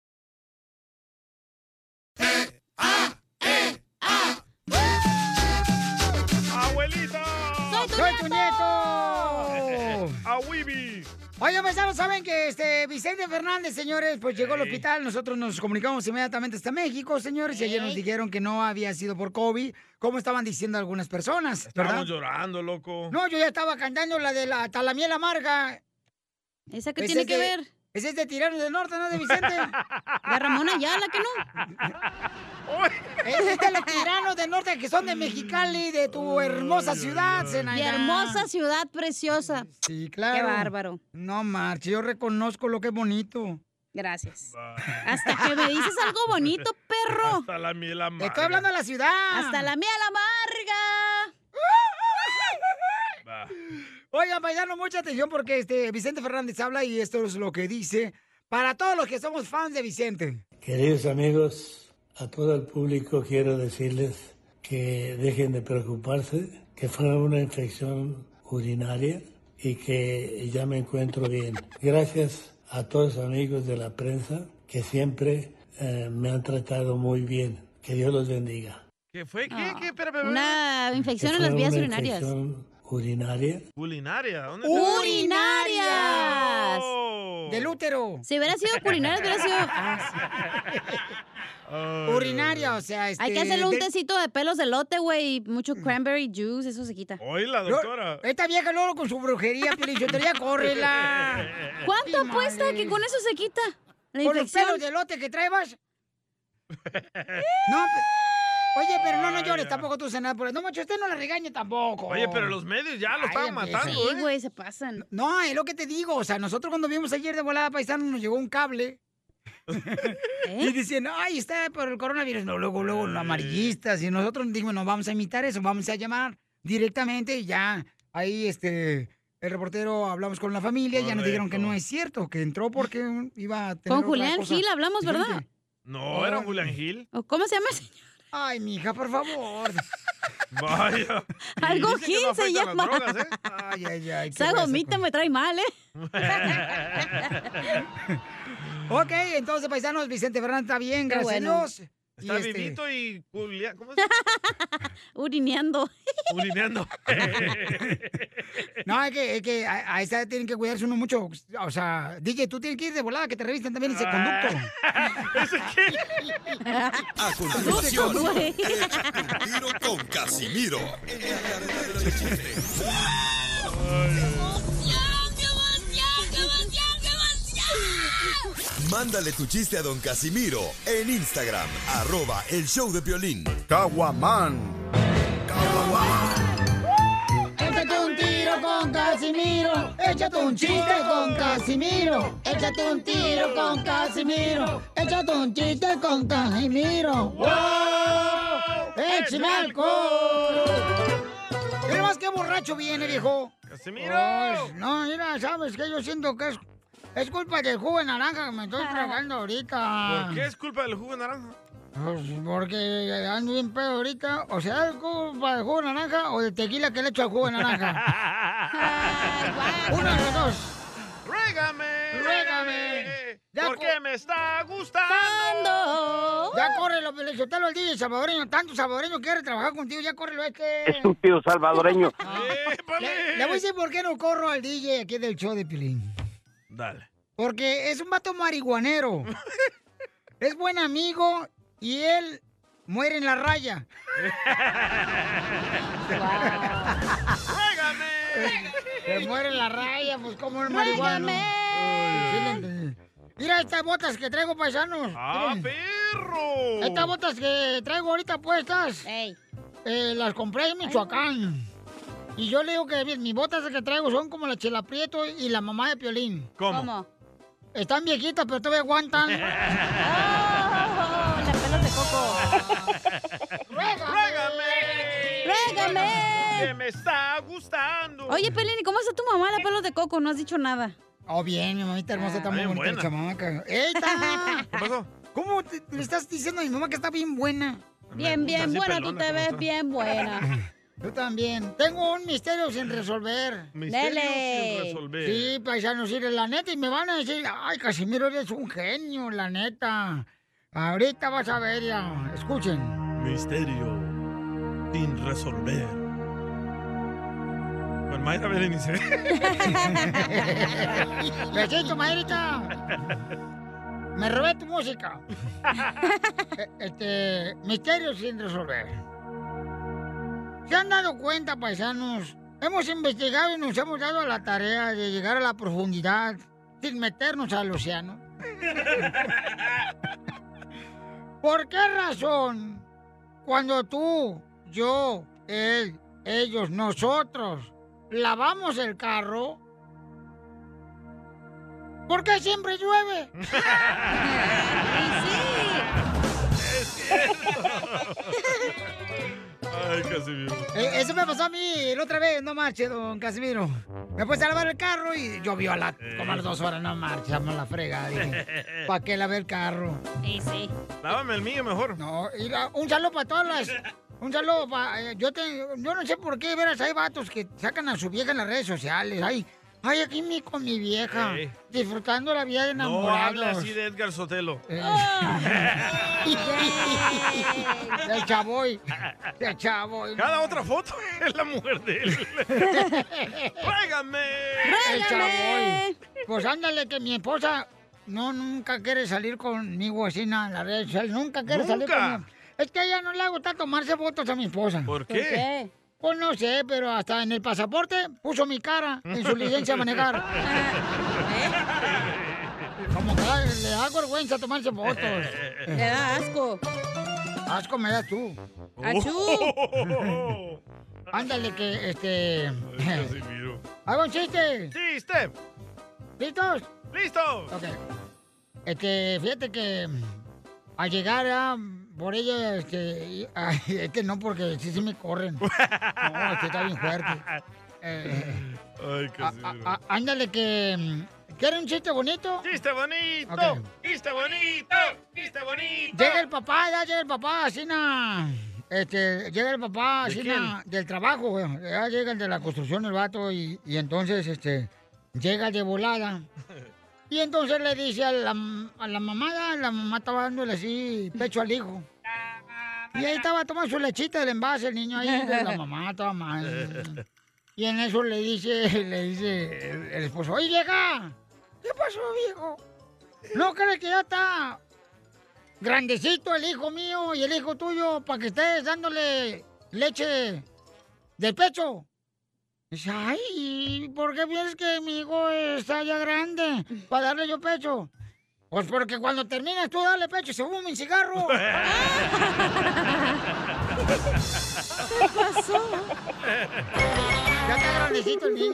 Speaker 2: ¡Abuelita! ¡Soy tu nieto!
Speaker 3: A Wibi.
Speaker 2: Oigan, paisanos, saben que este Vicente Fernández, señores, pues llegó al hospital. Nosotros nos comunicamos inmediatamente hasta México, señores, y ayer nos dijeron que no había sido por COVID, como estaban diciendo algunas personas, ¿verdad?
Speaker 3: Estamos llorando, loco.
Speaker 2: No, yo ya estaba cantando la de la talamiel amarga.
Speaker 4: ¿Esa qué tiene que ver?
Speaker 2: Ese es de Tiranos del Norte, ¿no? De Vicente.
Speaker 4: La Ramona Ayala, que
Speaker 2: no. Ese es de los Tiranos del Norte, que son de
Speaker 4: Mm.
Speaker 2: Mexicali, de tu hermosa ciudad,
Speaker 4: Mi
Speaker 2: Zenaida.
Speaker 4: hermosa ciudad preciosa.
Speaker 2: Sí, claro.
Speaker 4: Qué bárbaro.
Speaker 2: No, marcha, yo reconozco lo que es bonito.
Speaker 4: Gracias. Hasta que me dices algo bonito, perro.
Speaker 3: Hasta la miel
Speaker 2: Te
Speaker 3: amarga.
Speaker 2: estoy hablando de la ciudad.
Speaker 4: Hasta la miel amarga.
Speaker 3: Va.
Speaker 2: Oigan, paisanos, mucha atención porque este Vicente Fernández habla y esto es lo que dice para todos los que somos fans de Vicente.
Speaker 10: Queridos amigos, a todo el público quiero decirles que dejen de preocuparse, que fue una infección urinaria y que ya me encuentro bien. Gracias a todos los amigos de la prensa que siempre eh, me han tratado muy bien. Que Dios los bendiga.
Speaker 3: ¿Qué fue? ¿Qué?
Speaker 4: Ah,
Speaker 3: ¿Qué? Espera, espera,
Speaker 4: Una infección
Speaker 10: Que
Speaker 4: en las
Speaker 10: fue
Speaker 4: vías
Speaker 10: una
Speaker 4: urinarias.
Speaker 10: infección urinaria.
Speaker 3: Culinaria. ¿Dónde
Speaker 4: ¡Uh,
Speaker 3: está? Oh.
Speaker 4: ¡Urinarias!
Speaker 2: Del útero.
Speaker 4: Si hubiera sido culinaria, hubiera sido.
Speaker 2: Urinaria, o sea, este,
Speaker 4: Hay que hacerle un
Speaker 2: de-
Speaker 4: tecito de pelos de lote, güey, y mucho cranberry juice, eso se quita.
Speaker 3: Oíla, doctora.
Speaker 2: Esta vieja luego con su brujería, pelichotería, córrela.
Speaker 4: ¿Cuánto apuesta que con eso se quita? La
Speaker 2: Con los
Speaker 4: infección.
Speaker 2: pelos de lote que traebas. No, pe- Oye, pero no, no llores, tampoco tú cenas por No, macho, usted no la regañe tampoco.
Speaker 3: Oye, pero los medios ya lo
Speaker 2: Ay,
Speaker 3: están
Speaker 2: empieza.
Speaker 3: matando, ¿eh?
Speaker 4: güey, se pasan.
Speaker 2: No, es lo que te digo. O sea, nosotros cuando vimos ayer de volada paisano nos llegó un cable.
Speaker 4: ¿Eh?
Speaker 2: Y dicen, ay, está por el coronavirus. No, luego, luego, los amarillistas. Y nosotros dijimos, no, vamos a imitar eso, vamos a llamar directamente y ya. Ahí, este, el reportero hablamos con la familia, ya nos dijeron que no es cierto, que entró porque un- iba a tener
Speaker 4: Con
Speaker 2: otra
Speaker 4: Julián
Speaker 2: cosa
Speaker 4: Gil hablamos, ¿verdad?
Speaker 2: diferente.
Speaker 3: No, era Julián Gil.
Speaker 4: ¿O ¿Cómo se llama ese señor?
Speaker 2: Ay, mija, por favor.
Speaker 3: Vaya.
Speaker 4: Algo
Speaker 3: Dice que
Speaker 4: gil
Speaker 3: no
Speaker 4: se
Speaker 3: afectan
Speaker 4: llama.
Speaker 3: las drogas, ¿eh?
Speaker 2: Ay, ay, ay.
Speaker 4: Esa gomita me trae mal, ¿eh?
Speaker 2: Ok, entonces, paisanos, Vicente Fernández está bien,
Speaker 4: Qué
Speaker 2: gracias
Speaker 4: bueno.
Speaker 2: a Dios. Y
Speaker 3: Está
Speaker 2: este-
Speaker 3: vivito y culia- ¿cómo
Speaker 4: Urineando.
Speaker 3: se- culineando.
Speaker 2: No, es que, es que a, a esa tienen que cuidarse uno mucho. O sea, DJ, tú tienes que ir de volada, que te revisten también ese conducto.
Speaker 9: A continuación, échate un tiro con Casimiro. Mándale tu chiste a don Casimiro en Instagram, arroba el show de violín. Caguaman.
Speaker 2: Échate un tiro con Casimiro. Échate un chiste con Casimiro. Échate un tiro con Casimiro. Échate un chiste con Casimiro. ¡Wow! ¡Échame alcohol! Mira más que borracho viene, viejo.
Speaker 3: ¡Casimiro!
Speaker 2: Ay, no, mira, sabes que yo siento que es, es culpa del jugo de naranja que me estoy tragando ahorita.
Speaker 3: ¿Por qué es culpa del jugo de naranja?
Speaker 2: Pues porque ando bien pedo ahorita. O sea, ¿es culpa del jugo de naranja o de tequila que le echo al jugo de naranja? Uno de los dos.
Speaker 3: ¡Ruégame!
Speaker 2: ¡Ruégame!
Speaker 3: ¿Por qué me está gustando?
Speaker 2: Ya corre lo pelizotelo al DJ salvadoreño. Tanto salvadoreño quiere trabajar contigo. Ya corre lo es que.
Speaker 19: Estúpido salvadoreño.
Speaker 2: Le, le voy a decir por qué no corro al DJ aquí del show de Pilín.
Speaker 3: Dale.
Speaker 2: Porque es un vato marihuanero. es buen amigo y él muere en la raya. Se muere en la raya, pues como el marihuano. Mira estas botas que traigo, paisanos.
Speaker 3: ¡Ah,
Speaker 2: Miren.
Speaker 3: perro!
Speaker 2: Estas botas que traigo ahorita puestas, eh, las compré en Michoacán. Y yo le digo que mis, mis botas que traigo son como la Chela Prieto y la mamá de Piolín.
Speaker 3: ¿Cómo? ¿Cómo?
Speaker 2: Están viejitas, pero todavía aguantan.
Speaker 4: La pelo Oh, de coco.
Speaker 3: ¡Ruégame!
Speaker 4: ¡Ruégame!
Speaker 3: ¡Que me está gustando!
Speaker 4: Oye, Pelín, ¿y cómo está tu mamá la pelos de coco? No has dicho nada.
Speaker 2: Oh, bien, mi mamita hermosa, está muy
Speaker 3: bien
Speaker 2: bonita la
Speaker 3: buena.
Speaker 2: chamaca. ¡Eita! ¿Qué pasó? ¿Cómo te- le estás diciendo a mi mamá que está bien buena?
Speaker 4: Bien, bien buena, tú te ves bien buena.
Speaker 2: Yo también. Tengo un misterio sin resolver.
Speaker 4: Misterios Dele. sin resolver.
Speaker 2: Sí, paisanos, sí, la neta, y me van a decir, ay, Casimiro, eres un genio, la neta. Ahorita vas a ver ya. Escuchen.
Speaker 3: Misterio sin resolver. Con Mayra Berenice.
Speaker 2: Besito, Mayrita. Me robé tu música. Eh, este, misterio sin resolver. ¿Se han dado cuenta, paisanos? Hemos investigado y nos hemos dado a la tarea de llegar a la profundidad sin meternos al océano. ¿Por qué razón cuando tú, yo, él, ellos, nosotros lavamos el carro? ¿Por qué siempre llueve?
Speaker 3: Ay, Casimiro.
Speaker 2: Eh, eso me pasó a mí la otra vez, no marche, don Casimiro. Me puse a lavar el carro y llovió a la, como a las dos horas, no marche, vamos a la frega. Dije, ¿para qué lavar el carro?
Speaker 4: Sí, sí.
Speaker 3: Lávame el mío mejor.
Speaker 2: No, y la- un saludo para todas las... Un saludo para... eh, yo, te- yo no sé por qué, veras, hay vatos que sacan a su vieja en las redes sociales. Ay, ay aquí mi, con mi vieja,
Speaker 3: Ey.
Speaker 2: disfrutando la vida de
Speaker 3: No
Speaker 2: enamorados.
Speaker 3: habla así de Edgar Sotelo.
Speaker 2: El chavoy. El chavoy.
Speaker 3: Cada otra foto es la mujer de él. ¡Ruégame!
Speaker 2: El chavoy. Pues ándale, que mi esposa no nunca quiere salir conmigo así nada en las redes sociales. Nunca quiere salir
Speaker 3: Nunca.
Speaker 2: conmigo. Es que a ella no le gusta tomarse fotos a mi esposa.
Speaker 3: ¿Por qué? ¿Por qué?
Speaker 2: Pues no sé, pero hasta en el pasaporte puso mi cara en su licencia a manejar.
Speaker 4: ¿Eh?
Speaker 2: Como que da- le da vergüenza tomarse fotos.
Speaker 4: Le da asco.
Speaker 2: Asco me das tú.
Speaker 4: Achú.
Speaker 2: Ándale que, este... ¿Hago un chiste?
Speaker 3: ¡Chiste!
Speaker 2: ¿Listos?
Speaker 3: ¡Listos!
Speaker 2: Ok. Este, fíjate que al llegar a... Por ella, este... y- ay, este no, porque sí, sí me corren. No, este está bien fuerte. Eh,
Speaker 3: Ay, Casimiro.
Speaker 2: a- ándale que... mm, ¿Quieren un chiste bonito?
Speaker 3: ¡Chiste bonito! ¡Chiste bonito! ¡Chiste bonito!
Speaker 2: Llega el papá, ya llega el papá, así na. este, llega el papá
Speaker 11: ¿De
Speaker 2: así, na, del trabajo, güey. Ya llega el de la construcción el vato y, y entonces este, llega de volada. Y entonces le dice a la, a la mamada, la mamá estaba dándole así pecho al hijo. Y ahí estaba tomando su lechita del envase, el niño ahí, de la mamá estaba mal. Y en eso le dice, le dice el, el esposo, oye vieja, ¿qué pasó viejo? ¿No crees que ya está grandecito el hijo mío y el hijo tuyo para que estés dándole leche del pecho? Dice, ay, ¿por qué piensas que mi hijo está ya grande para darle yo pecho? Pues porque cuando terminas tú darle pecho se fuma mi cigarro. ¿Qué pasó? Ya está grandecito el niño.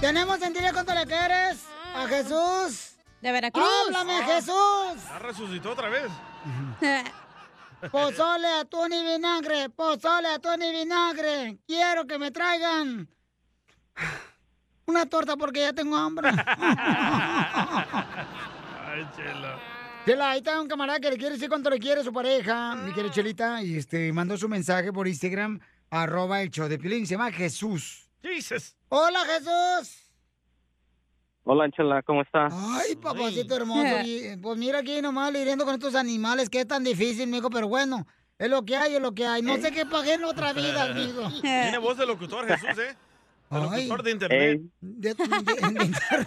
Speaker 2: Tenemos en Dile cuánto le quieres a Jesús.
Speaker 4: De Veracruz.
Speaker 2: ¡Háblame,
Speaker 3: Ah,
Speaker 2: Jesús!
Speaker 3: Ya resucitó otra vez.
Speaker 2: Pozole, atún y vinagre. Pozole, atún y vinagre. Quiero que me traigan una torta porque ya tengo hambre.
Speaker 3: Ay, chela.
Speaker 2: Chela, ahí está un camarada que le quiere decir cuánto le quiere a su pareja, mi
Speaker 4: Ah.
Speaker 2: querida Chelita, y este, mandó su mensaje por Instagram, arroba el show de Pilín, se llama Jesús.
Speaker 3: Jesus.
Speaker 2: ¡Hola, Jesús!
Speaker 23: Hola, Chela, ¿cómo está?
Speaker 19: Ah.
Speaker 2: Ay, papacito hermoso, y, pues mira aquí nomás lidiando con estos animales, que es tan difícil, mijo, pero bueno, es lo que hay, es lo que hay. No sé qué pagué en otra vida, amigo.
Speaker 3: Tiene voz de locutor, Jesús, ¿eh? De
Speaker 2: Ay.
Speaker 3: locutor de internet.
Speaker 2: De- de- de internet.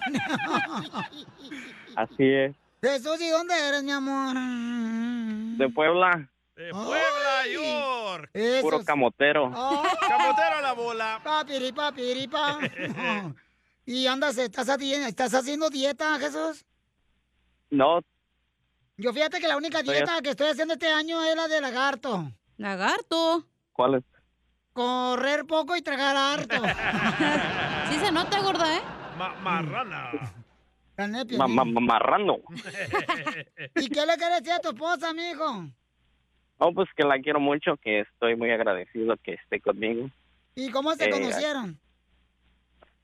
Speaker 23: Así es.
Speaker 2: Jesús, ¿y dónde eres, mi amor?
Speaker 23: De Puebla,
Speaker 3: De Puebla, York.
Speaker 23: puro camotero.
Speaker 3: Camotero a la bola.
Speaker 2: Papiri, papiri, pa.
Speaker 19: Ah.
Speaker 2: Y andas, estás, hati- estás haciendo dieta, Jesús.
Speaker 23: No,
Speaker 2: Yo fíjate que la única
Speaker 23: Estoy
Speaker 2: dieta que estoy haciendo este año es la de lagarto. ¿Lagarto?
Speaker 23: ¿cuál es?
Speaker 2: Correr poco y tragar harto. sí se nota, gorda, ¿eh?
Speaker 3: marrana.
Speaker 23: Ma- ma- ma- marrano.
Speaker 2: ¿Y qué le quieres decir a tu esposa, amigo?
Speaker 23: No, pues que la quiero mucho, que estoy muy agradecido que esté conmigo.
Speaker 2: ¿Y cómo se
Speaker 23: Eh,
Speaker 2: conocieron?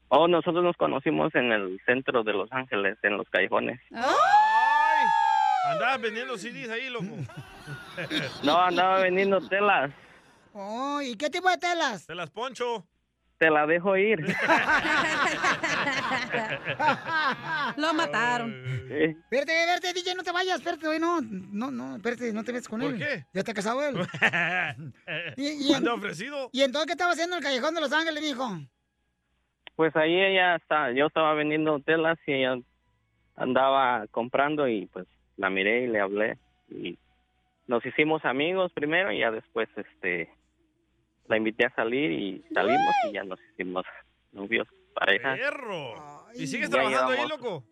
Speaker 23: Oh, nosotros nos conocimos en el centro de Los Ángeles, en los callejones.
Speaker 3: Ay. Andabas vendiendo CDs ahí, loco.
Speaker 23: No, andaba vendiendo telas.
Speaker 2: Oh, ¿y qué tipo de telas?
Speaker 3: Telas poncho.
Speaker 23: Te la dejo ir.
Speaker 2: Lo mataron.
Speaker 23: Sí.
Speaker 2: Espérate, espérate, DJ, no te vayas, espérate, hoy no, no, no, espérate, no te metas con él.
Speaker 3: ¿Por qué?
Speaker 2: Ya está casado él. Y- y-
Speaker 3: Anda ofrecido.
Speaker 2: ¿Y entonces qué estaba haciendo en el Callejón de Los Ángeles, mijo?
Speaker 23: Pues ahí ella está, yo estaba vendiendo telas y ella andaba comprando y pues la miré y le hablé y nos hicimos amigos primero y ya después este la invité a salir y salimos y ya nos hicimos novios, pareja.
Speaker 3: Perro. ¿Y sigues
Speaker 23: Ya
Speaker 3: trabajando ahí,
Speaker 23: llevamos-
Speaker 3: loco?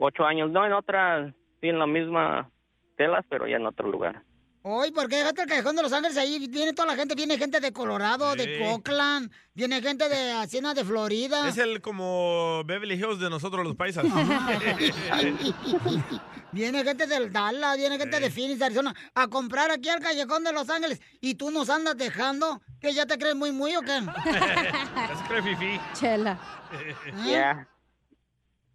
Speaker 23: Ocho años, no en otra, sí en la misma telas, pero ya en otro lugar.
Speaker 2: Hoy, ¿por qué dejaste el Callejón de Los Ángeles ahí? Viene toda la gente, viene gente de Colorado,
Speaker 3: Sí.
Speaker 2: de Oakland, viene gente de Hacienda de Florida.
Speaker 23: Ah.
Speaker 3: Es el como Beverly Hills de nosotros los paisas.
Speaker 2: Viene gente del Dallas, viene gente de Phoenix, Arizona, a comprar aquí al Callejón de Los Ángeles. Y tú nos andas dejando, que ya te crees muy, muy o qué.
Speaker 3: Es que fifí.
Speaker 2: Chela.
Speaker 23: Ya.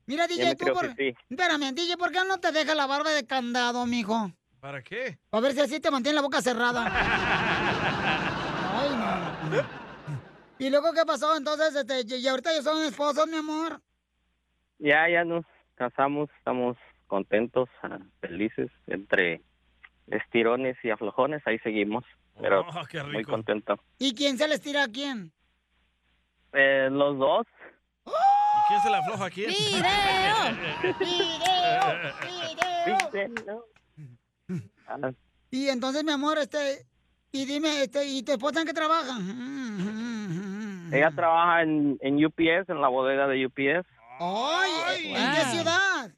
Speaker 2: Mira,
Speaker 23: Ya
Speaker 2: DJ,
Speaker 23: me
Speaker 2: tú
Speaker 23: creo
Speaker 2: por...
Speaker 23: fifí.
Speaker 2: Espérame, DJ, ¿por qué no te deja la barba de candado, mijo?
Speaker 3: ¿Para qué?
Speaker 2: A ver si así te mantiene la boca cerrada. Ay, no. ¿Y luego qué pasó? Entonces, este, y y ahorita ellos son esposos, mi amor.
Speaker 23: Ya, ya nos casamos, estamos contentos, ah, felices, entre estirones y aflojones, ahí seguimos. Pero
Speaker 3: Oh, qué
Speaker 23: muy
Speaker 3: rico.
Speaker 23: contento.
Speaker 2: ¿Y quién se les tira a quién?
Speaker 23: Eh, los dos.
Speaker 3: ¿Y quién se la afloja a quién?
Speaker 2: ¡Video! ¡Video!
Speaker 23: Ah,
Speaker 2: Y entonces, mi amor, este. Y dime, este, ¿y tu esposa en qué trabaja? Mm, mm.
Speaker 23: Ella trabaja en, en UPS, en la bodega de UPS,
Speaker 2: ¡Ay! ¿En qué ciudad?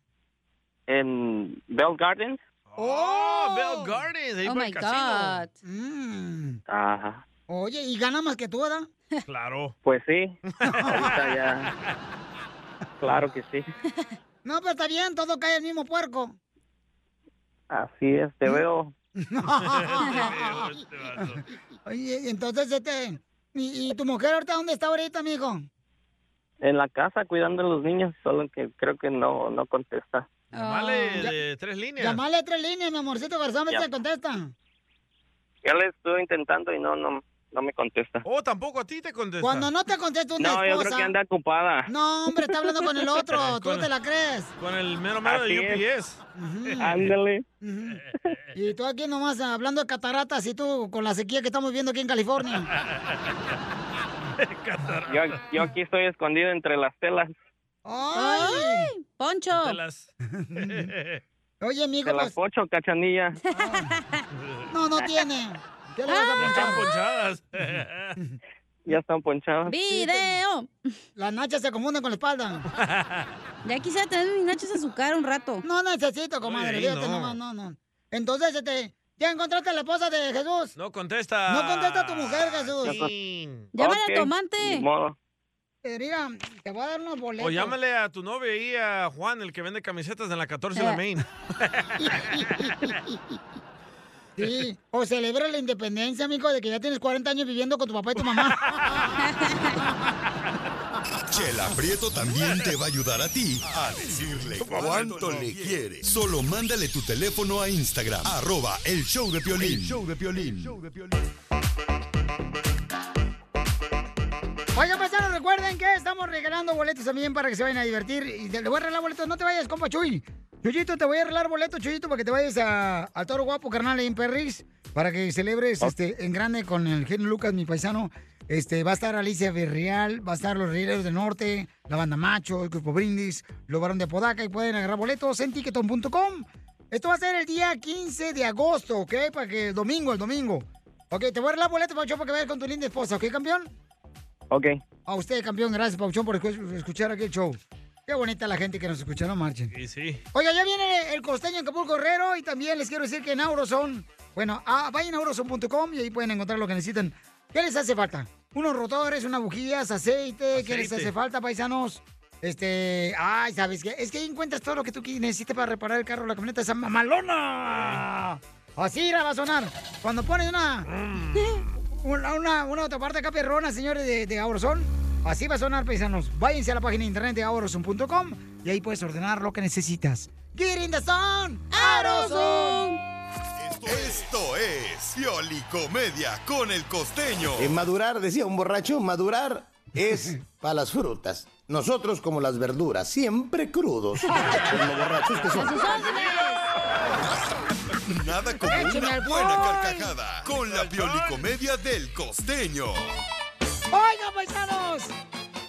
Speaker 23: en Bell Gardens.
Speaker 2: ¡Oh!
Speaker 3: Bell Gardens, ahí
Speaker 2: oh
Speaker 3: por
Speaker 2: my
Speaker 3: el casino.
Speaker 2: God. Mm.
Speaker 23: Ajá.
Speaker 2: Oye, ¿y gana más que tú, verdad?
Speaker 3: Claro.
Speaker 23: Pues sí. Ahorita ya. Claro que sí.
Speaker 2: No, pero está bien, todo cae el mismo puerco.
Speaker 23: Así es, te veo.
Speaker 3: este
Speaker 2: Oye, entonces, este. ¿Y, y tu mujer ahorita dónde está ahorita, mijo?
Speaker 23: En la casa cuidando a los niños, solo que creo que no, no contesta.
Speaker 3: Vale,
Speaker 2: Oh.
Speaker 3: de tres líneas.
Speaker 2: Llamale a tres líneas, mi amorcito Garzón, a ver si
Speaker 23: Ya.
Speaker 2: te contesta.
Speaker 23: Ya le estuve intentando y no, no, no me contesta.
Speaker 3: Oh, tampoco a ti te contesta.
Speaker 2: Cuando no te contesta una
Speaker 23: No, yo creo
Speaker 2: esposa.
Speaker 23: que anda ocupada.
Speaker 2: No, hombre, está hablando con el otro. ¿Tú
Speaker 23: Con-
Speaker 2: te la crees?
Speaker 3: Con el mero mero
Speaker 23: Así
Speaker 3: de
Speaker 23: es.
Speaker 3: UPS.
Speaker 23: Ándale.
Speaker 2: Y tú aquí nomás hablando de cataratas y tú con la sequía que estamos viviendo aquí en California.
Speaker 23: Yo, yo aquí estoy escondido entre las telas.
Speaker 2: ¡Ay!
Speaker 4: ¡Poncho!
Speaker 2: Oye, mijo,
Speaker 23: Te las
Speaker 2: pues,
Speaker 23: pocho, cachanilla.
Speaker 2: no, no tiene. Ah. ¿Qué le vas a
Speaker 3: Están
Speaker 2: preguntar?
Speaker 3: ponchadas.
Speaker 23: Ya están ponchadas.
Speaker 4: ¡Video!
Speaker 2: Las nachas se confunden con la espalda.
Speaker 4: Ya quisiera tener mis nachos a su cara un rato.
Speaker 2: No necesito, comadre.
Speaker 3: Oye, ahí
Speaker 2: fíjate
Speaker 3: no.
Speaker 2: nomás, no, no. Entonces, este, ¿ya encontraste a la esposa de Jesús?
Speaker 3: No contesta.
Speaker 2: No contesta a tu mujer, Jesús.
Speaker 3: Chin.
Speaker 2: Llámale al Ok, tomante. ni
Speaker 23: modo.
Speaker 2: Eh, Mira, te voy a dar unos boletos.
Speaker 3: O llámale a tu novio ahí, a Juan, el que vende camisetas en la
Speaker 2: Eh.
Speaker 3: 14 de la Main.
Speaker 2: Sí, o celebra la independencia, mijo, de que ya tienes 40 años viviendo con tu papá y tu mamá.
Speaker 9: Chela Prieto también te va a ayudar a ti a decirle cuánto le quiere. Solo mándale tu teléfono a Instagram, arroba el show de Piolín. show de Piolín.
Speaker 2: Oigan, pasaron, recuerden que estamos regalando boletos también para que se vayan a divertir. Y te- le voy a regalar boletos, no te vayas, compa Chuy. Chuyito, te voy a regalar boletos, Chuyito, para que te vayas a, al Toro Guapo, carnal, ahí en Perris. Para que celebres este, en grande con el genio Lucas, mi paisano. Este, va a estar Alicia Villarreal, va a estar los Rieleros del Norte, la banda Macho, el Grupo Brindis, los Barón de Podaca y pueden agarrar boletos en ticketon.com. Esto va a ser el día 15 de agosto, ¿ok? Para que el domingo, el domingo. Ok, te voy a regalar boletos, Pacho, para que vayas con tu linda esposa, ¿ok, campeón?
Speaker 23: Ok.
Speaker 2: A usted, campeón, gracias, Pauchón, por escu- escuchar aquí el show. Qué bonita la gente que nos escucha, no marchen.
Speaker 3: Y sí.
Speaker 2: Oiga, ya viene el costeño en Capul Correro y también les quiero decir que en Auroson, bueno, a- vayan a auroson.com y ahí pueden encontrar lo que necesitan. ¿Qué les hace falta? Unos rotores, unas bujías, aceite, ¿qué les
Speaker 3: Aceite.
Speaker 2: hace falta, paisanos? Este, ay, ¿sabes qué? Es que ahí encuentras todo lo que tú qui- necesitas para reparar el carro, la camioneta, esa mamalona. Así la va a sonar. Cuando pones una, una, una, una autoparte acá perrona, señores de, de Auroson, así va a sonar, paisanos. Váyanse a la página de internet de auroson.com y ahí puedes ordenar lo que necesitas. Get in the zone, Auroson.
Speaker 9: Esto es Pioli Comedia con el costeño.
Speaker 11: Eh, madurar, decía un borracho, madurar es para las frutas. Nosotros como las verduras, siempre crudos. Como borrachos que son.
Speaker 9: Nada como
Speaker 11: Écheme
Speaker 9: una
Speaker 11: alcohol.
Speaker 9: buena carcajada con la Pioli Comedia del costeño.
Speaker 2: Oiga, paisanos.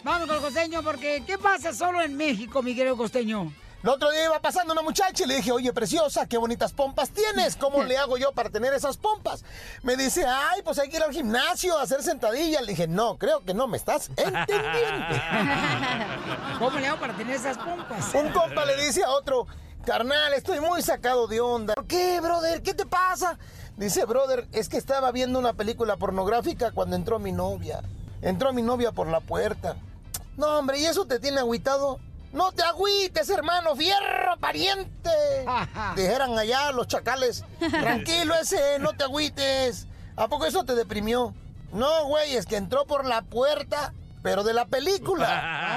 Speaker 2: Vamos con el costeño, porque ¿qué pasa solo en México, mi querido costeño?
Speaker 11: El otro día iba pasando una muchacha y le dije, oye, preciosa, qué bonitas pompas tienes. ¿Cómo le hago yo para tener esas pompas? Me dice, ay, pues hay que ir al gimnasio a hacer sentadillas. Le dije, no, creo que no me estás
Speaker 2: pues,
Speaker 11: entendiendo.
Speaker 2: ¿Cómo le hago para tener esas pompas?
Speaker 11: Un compa le dice a otro, carnal, estoy muy sacado de onda. ¿Por qué, brother? ¿Qué te pasa? Dice, brother, es que estaba viendo una película pornográfica cuando entró mi novia. Entró mi novia por la puerta. No, hombre, ¿y eso te tiene agüitado? No te agüites, hermano, fierro pariente. Dijeran allá los chacales. Tranquilo ese, no te agüites. ¿A poco eso te deprimió? No, güey, es que entró por la puerta, pero de la película.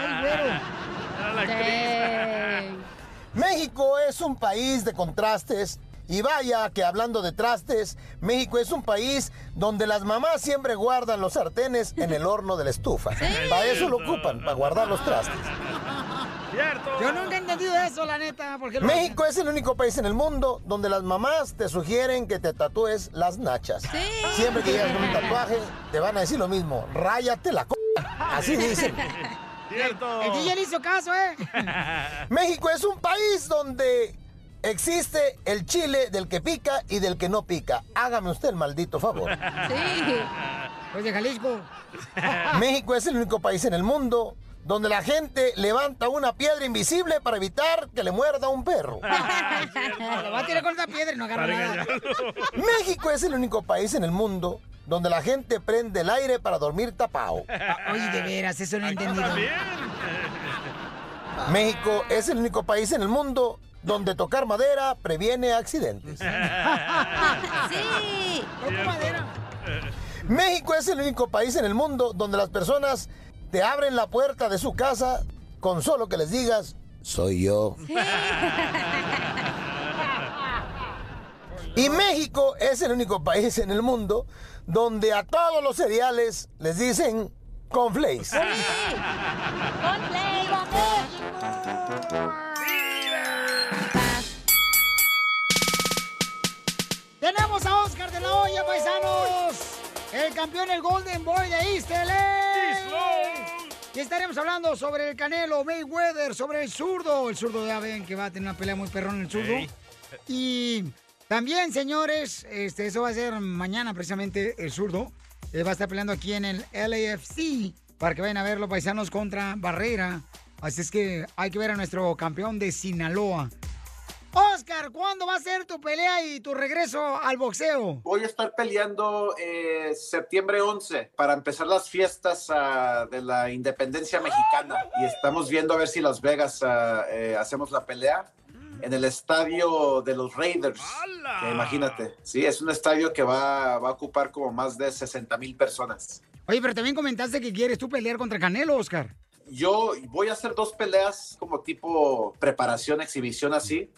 Speaker 11: Ay, güero. México es un país de contrastes. Y vaya que hablando de trastes, México es un país donde las mamás siempre guardan los sartenes en el horno de la estufa. Para eso lo ocupan, para guardar los trastes.
Speaker 3: Cierto.
Speaker 2: Yo nunca he entendido eso, la neta. Porque
Speaker 11: México es el único país en el mundo donde las mamás te sugieren que te tatúes las nachas. Siempre que llegas con un tatuaje, te van a decir lo mismo. Ráyate la c. Así dicen.
Speaker 3: Cierto.
Speaker 2: El DJ le hizo caso, ¿eh?
Speaker 11: México es un país donde existe el chile del que pica y del que no pica. Hágame usted el maldito favor.
Speaker 2: Sí. Pues de Jalisco.
Speaker 11: México es el único país en el mundo donde la gente levanta una piedra invisible para evitar que le muerda un perro.
Speaker 2: Lo va a tirar con esa piedra y no agarra nada.
Speaker 11: México es el único país en el mundo donde la gente prende el aire para dormir tapado.
Speaker 2: Ah, Oye, de veras, eso no he entendido.
Speaker 11: México es el único país en el mundo donde tocar madera previene accidentes.
Speaker 2: sí. Toco madera.
Speaker 11: México es el único país en el mundo donde las personas te abren la puerta de su casa con solo que les digas, soy yo. Y México es el único país en el mundo donde a todos los cereales les dicen conflays.
Speaker 2: Tenemos a Oscar de la Hoya, paisanos. El campeón, el Golden Boy de East LA. Y estaremos hablando sobre el Canelo, Mayweather, sobre el zurdo. El zurdo ya ven que va a tener una pelea muy perrón el zurdo.
Speaker 8: Ey.
Speaker 2: Y también, señores, este, eso va a ser mañana precisamente el zurdo. Eh, va a estar peleando aquí en el LAFC para que vayan a ver los paisanos contra Barrera. Así es que hay que ver a nuestro campeón de Sinaloa. Oscar, ¿cuándo va a ser tu pelea y tu regreso al boxeo?
Speaker 24: Voy a estar peleando eh, septiembre 11 para empezar las fiestas ah, de la independencia mexicana y estamos viendo a ver si Las Vegas ah, eh, hacemos la pelea en el estadio de los Raiders. Que imagínate, sí, es un estadio que va, va a ocupar como más de 60 mil personas.
Speaker 2: Oye, pero también comentaste que quieres tú pelear contra Canelo, Oscar.
Speaker 24: Yo voy a hacer dos peleas como tipo preparación, exhibición así.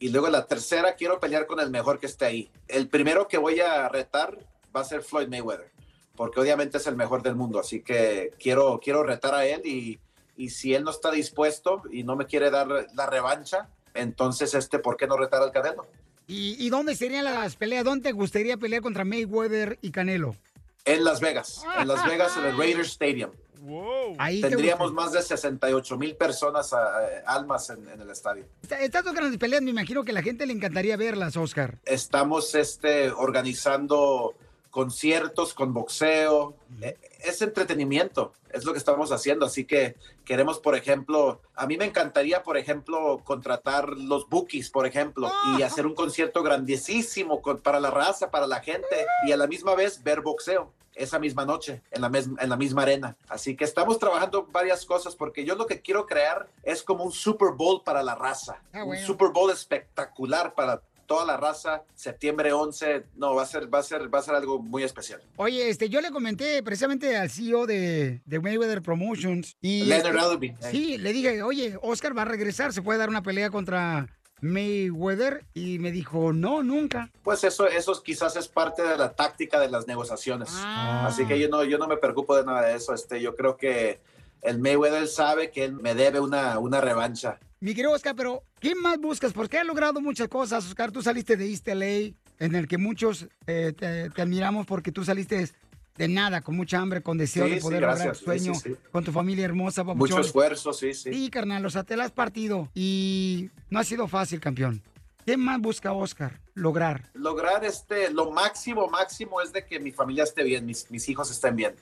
Speaker 24: Y luego la tercera quiero pelear con el mejor que esté ahí. El primero que voy a retar va a ser Floyd Mayweather, porque obviamente es el mejor del mundo. Así que quiero, quiero retar a él y, y si él no está dispuesto y no me quiere dar la revancha, entonces este, ¿por qué no retar al Canelo?
Speaker 2: ¿Y, y dónde serían las peleas? ¿Dónde te gustaría pelear contra Mayweather y Canelo?
Speaker 24: En Las Vegas, en Las Vegas, en el Raiders Stadium.
Speaker 2: Ahí te
Speaker 24: Tendríamos
Speaker 2: gusta.
Speaker 24: más de 68 mil personas, ah, eh, almas en- en el estadio.
Speaker 2: Está- Estas dos grandes peleas, me imagino que a la gente le encantaría verlas, Oscar.
Speaker 24: estamos este, organizando conciertos con boxeo. Eh, Es entretenimiento, es lo que estamos haciendo. Así que queremos, por ejemplo, a mí me encantaría, por ejemplo, contratar los bookies, por ejemplo, y hacer un concierto grandísimo con- para la raza, para la gente, y a la misma vez ver boxeo esa misma noche en la, mes- en la misma arena. Así que estamos trabajando varias cosas porque yo lo que quiero crear es como un Super Bowl para la raza.
Speaker 2: Ah,
Speaker 24: Un
Speaker 2: bueno.
Speaker 24: Super Bowl espectacular para toda la raza. Septiembre 11, no, va a ser, va a ser, va a ser algo muy especial.
Speaker 2: Oye, este, yo le comenté precisamente al CEO de, de Mayweather Promotions y
Speaker 24: Leonard
Speaker 2: este,
Speaker 24: Ellerby.
Speaker 2: sí, le dije, oye, Oscar va a regresar, se puede dar una pelea contra Mayweather y me dijo, no, nunca.
Speaker 24: Pues eso, eso quizás es parte de la táctica de las negociaciones.
Speaker 2: Ah.
Speaker 24: Así que yo no, yo no me preocupo de nada de eso. Este, yo creo que el Mayweather sabe que él me debe una, una revancha.
Speaker 2: Mi querido Oscar, pero ¿qué más buscas? Porque has logrado muchas cosas, Oscar. Tú saliste de East LA, en el que muchos eh, te, te admiramos porque tú saliste de nada, con mucha hambre, con deseo
Speaker 24: Sí,
Speaker 2: de
Speaker 24: sí,
Speaker 2: poder lograr
Speaker 24: gracias.
Speaker 2: tu
Speaker 24: Sí,
Speaker 2: sueño,
Speaker 24: sí, sí.
Speaker 2: con tu familia hermosa,
Speaker 24: Mucho
Speaker 2: papuchón.
Speaker 24: esfuerzo, sí, sí.
Speaker 2: Sí, carnal, o sea, te la has partido y no ha sido fácil, campeón. ¿Qué más busca Oscar lograr?
Speaker 24: lograr este, lo máximo, máximo es de que mi familia esté bien, mis, mis hijos estén bien.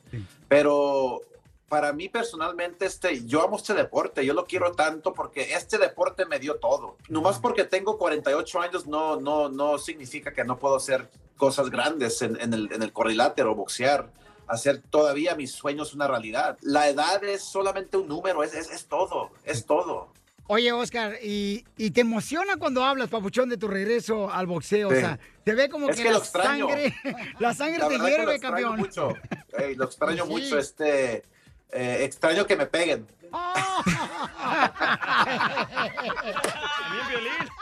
Speaker 24: Pero para mí personalmente, este, yo amo este deporte, yo lo quiero tanto porque este deporte me dio todo. Nomás porque tengo 48 años no, no, no significa que no puedo hacer cosas grandes en, en el, en el cuadrilátero, boxear, hacer todavía mis sueños una realidad. La edad es solamente un número, es, es, es todo, es todo.
Speaker 2: Oye, Oscar, y, y te emociona cuando hablas, papuchón, de tu regreso al boxeo. O
Speaker 24: Sí.
Speaker 2: sea, te ve como
Speaker 24: Es
Speaker 2: que,
Speaker 24: que
Speaker 2: la
Speaker 24: lo extraño.
Speaker 2: sangre, la sangre
Speaker 24: La
Speaker 2: te
Speaker 24: verdad que lo
Speaker 2: hierve,
Speaker 24: extraño
Speaker 2: campeón.
Speaker 24: Mucho. Ey, lo extraño
Speaker 2: Sí.
Speaker 24: mucho, este, eh, extraño que me peguen.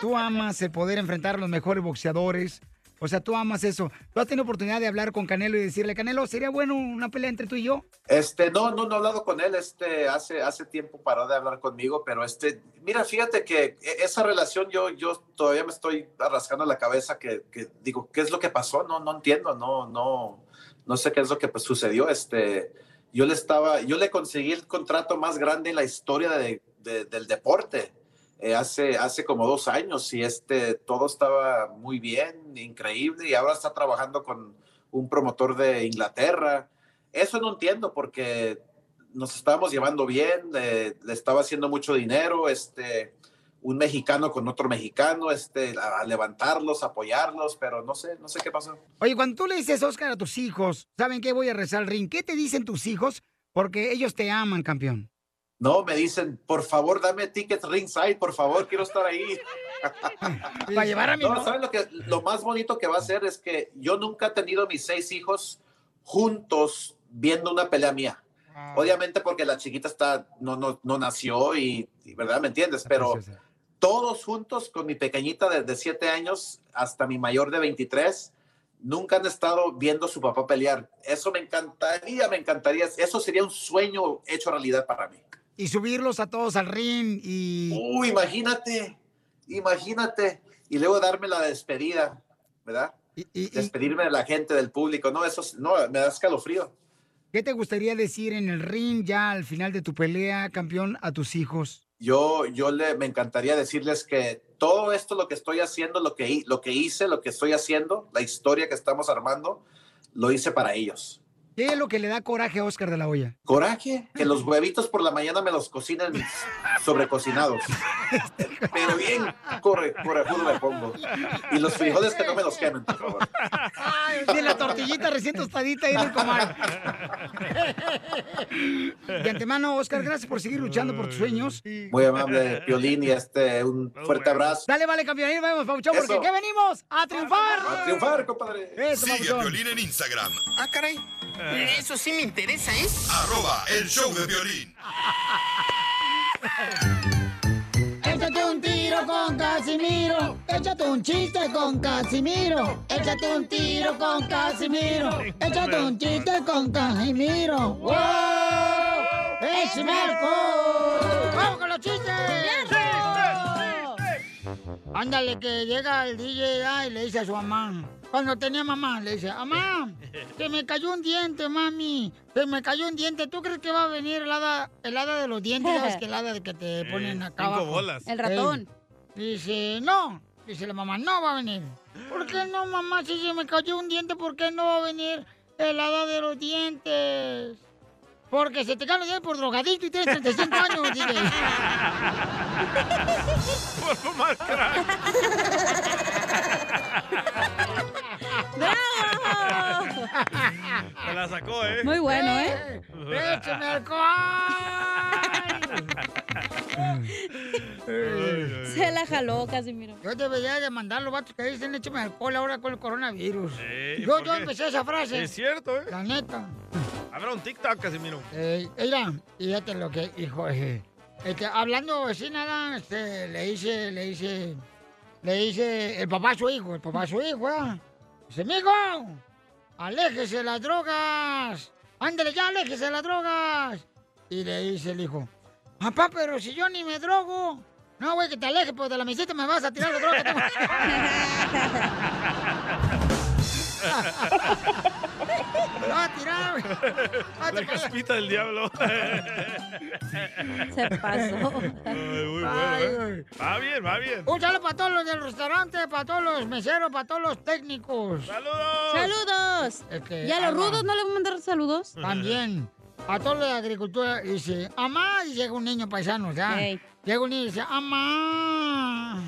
Speaker 2: Tú amas el poder enfrentar a los mejores boxeadores,
Speaker 12: O sea, tú amas eso. ¿Tú has tenido oportunidad de hablar con Canelo y decirle, Canelo, sería bueno una pelea entre tú y yo?
Speaker 24: Este, no, no, no he hablado con él, este, hace, hace tiempo paró de hablar conmigo, pero este, mira, fíjate que e- esa relación yo, yo todavía me estoy rascando la cabeza que, que digo, ¿qué es lo que pasó? No, no entiendo, no, no, no sé qué es lo que pues, sucedió, este, yo le estaba, yo le conseguí el contrato más grande en la historia de- de- del deporte. eh, hace, hace como dos años y este, todo estaba muy bien, increíble, y ahora está trabajando con un promotor de Inglaterra. Eso no entiendo porque nos estábamos llevando bien, eh, le estaba haciendo mucho dinero, este, un mexicano con otro mexicano, este, a, a levantarlos, apoyarlos, pero no sé, no sé qué pasó.
Speaker 12: Oye, cuando tú le dices, Oscar, a tus hijos, ¿saben qué? Voy a rezar al ring. ¿Qué te dicen tus hijos? Porque ellos te aman, campeón.
Speaker 24: No, me dicen, por favor, dame tickets ringside, por favor, quiero estar ahí.
Speaker 12: Para llevar a mi
Speaker 24: No,
Speaker 12: no-
Speaker 24: ¿sabes lo, que, lo más bonito que va a ser es que yo nunca he tenido mis seis hijos juntos viendo una pelea mía.
Speaker 12: Ah.
Speaker 24: Obviamente porque la chiquita está, no, no, no nació y, y, ¿verdad? ¿Me entiendes? Pero todos juntos con mi pequeñita de, de siete años hasta mi mayor de 23, nunca han estado viendo a su papá pelear. Eso me encantaría, me encantaría. Eso sería un sueño hecho realidad para mí.
Speaker 12: Y subirlos a todos al ring y...
Speaker 24: Uy, imagínate, imagínate. Y luego darme la despedida, ¿verdad? Despedirme de la gente, del público. No, eso es- no, me da escalofrío.
Speaker 12: ¿Qué te gustaría decir en el ring ya al final de tu pelea, campeón, a tus hijos?
Speaker 24: Yo, yo le, me encantaría decirles que todo esto, lo que estoy haciendo, lo que, hi- lo que hice, lo que estoy haciendo, la historia que estamos armando, lo hice para ellos.
Speaker 12: ¿Qué es lo que le da coraje a Oscar de la Hoya?
Speaker 24: Coraje, que los huevitos por la mañana me los cocinen sobrecocinados. Pero bien, corre, corajudo me pongo. Y los frijoles que no me los quemen, por favor.
Speaker 12: De la tortillita recién tostadita ahí en el comal. De antemano, Oscar, gracias por seguir luchando por tus sueños.
Speaker 24: Muy amable, Piolín, y este, un fuerte abrazo.
Speaker 12: Dale, vale, campeón, ahí nos vemos, Pabuchón,
Speaker 24: Eso.
Speaker 12: porque ¿qué venimos? ¡A triunfar!
Speaker 24: A triunfar, compadre.
Speaker 12: Eso,
Speaker 9: Sigue a
Speaker 12: Pabuchón.
Speaker 9: Violín en Instagram,
Speaker 21: Ah, caray. Eso sí me interesa, ¿eh?
Speaker 9: arroba el show de violín.
Speaker 2: Échate un tiro con Casimiro. Échate un chiste con Casimiro. Échate un tiro con Casimiro. Échate un chiste con Casimiro. ¡Wow! ¡Es Marco! ¡Vamos con los chistes! Ándale, que llega el DJ ah, y le dice a su mamá. Cuando tenía mamá, le dice, mamá, se me cayó un diente, mami. Se me cayó un diente. ¿Tú crees que va a venir el hada, el hada de los dientes? Ya ves que el hada de que te ponen
Speaker 3: Eh,
Speaker 2: acá
Speaker 3: cinco
Speaker 2: abajo.
Speaker 3: bolas. El
Speaker 2: Ey.
Speaker 3: ratón.
Speaker 2: Dice, no. Dice la mamá, no va a venir. ¿Por qué no, mamá? Si se me cayó un diente, ¿por qué no va a venir el hada de los dientes? Porque se te caen los dientes por drogadicto y tienes 35 años, DJ.
Speaker 3: Por fumar crack. Me la sacó, ¿eh?
Speaker 4: Muy bueno,
Speaker 2: ¿eh? ¡Échame alcohol!
Speaker 4: Se la jaló, Casimiro.
Speaker 2: Yo debería de mandar los vatos que dicen échame alcohol ahora con el coronavirus.
Speaker 3: Eh,
Speaker 2: yo
Speaker 3: ¿por
Speaker 2: yo
Speaker 3: qué?
Speaker 2: empecé esa frase.
Speaker 3: Es cierto, ¿eh?
Speaker 2: La neta.
Speaker 3: Habrá un TikTok, Casimiro.
Speaker 2: Eh, mira, fíjate lo que, hijo, eh, este, hablando así nada, este, le dice, le dice, le dice el papá a su hijo, el papá a su hijo, ¿ah? Dice, amigo, aléjese de las drogas, ándale ya, aléjese de las drogas. Y le dice el hijo, papá, pero si yo ni me drogo, no, güey, que te alejes, pues de la mesita me vas a tirar la droga. que tengo". Me
Speaker 8: ¡Ah,
Speaker 2: vas a tirar, güey.
Speaker 3: La caspita del diablo.
Speaker 2: Se pasó.
Speaker 3: Ay, muy bueno,
Speaker 2: Ay,
Speaker 3: ¿eh? Va bien, va bien.
Speaker 2: Un saludo para todos los del restaurante, para todos los meseros, para todos los técnicos.
Speaker 3: ¡Saludos!
Speaker 2: ¡Saludos!
Speaker 4: ¿Y a los rudos no
Speaker 2: le voy a mandar saludos? También. A todos los de agricultura, dice, ¡Amá! Y llega un niño paisano, ¿ya?
Speaker 3: Ey.
Speaker 2: Llega un niño y dice, ¡Amá!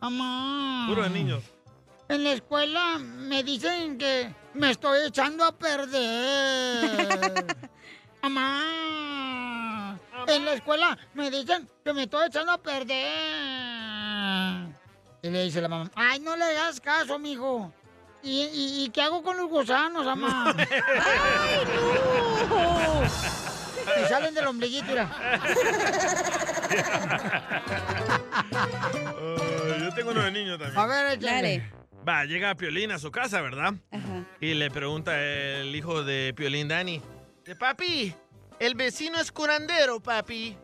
Speaker 2: ¡Amá!
Speaker 3: Puro de niños.
Speaker 2: En la escuela me dicen que me estoy echando a perder. Amá. En la escuela me dicen que me estoy echando a perder. Y le dice la mamá, ay, no le hagas caso, mijo. ¿Y, y, y qué hago con los gusanos, mamá? ¡Ay, no! Y salen del ombliguito, mira.
Speaker 3: Ay, yo tengo uno de niño también.
Speaker 2: A ver, échale.
Speaker 3: Va, llega Piolín a su casa, ¿verdad? Y le pregunta el hijo de Piolín, Dani.
Speaker 8: De Eh, papi, el vecino es curandero, papi.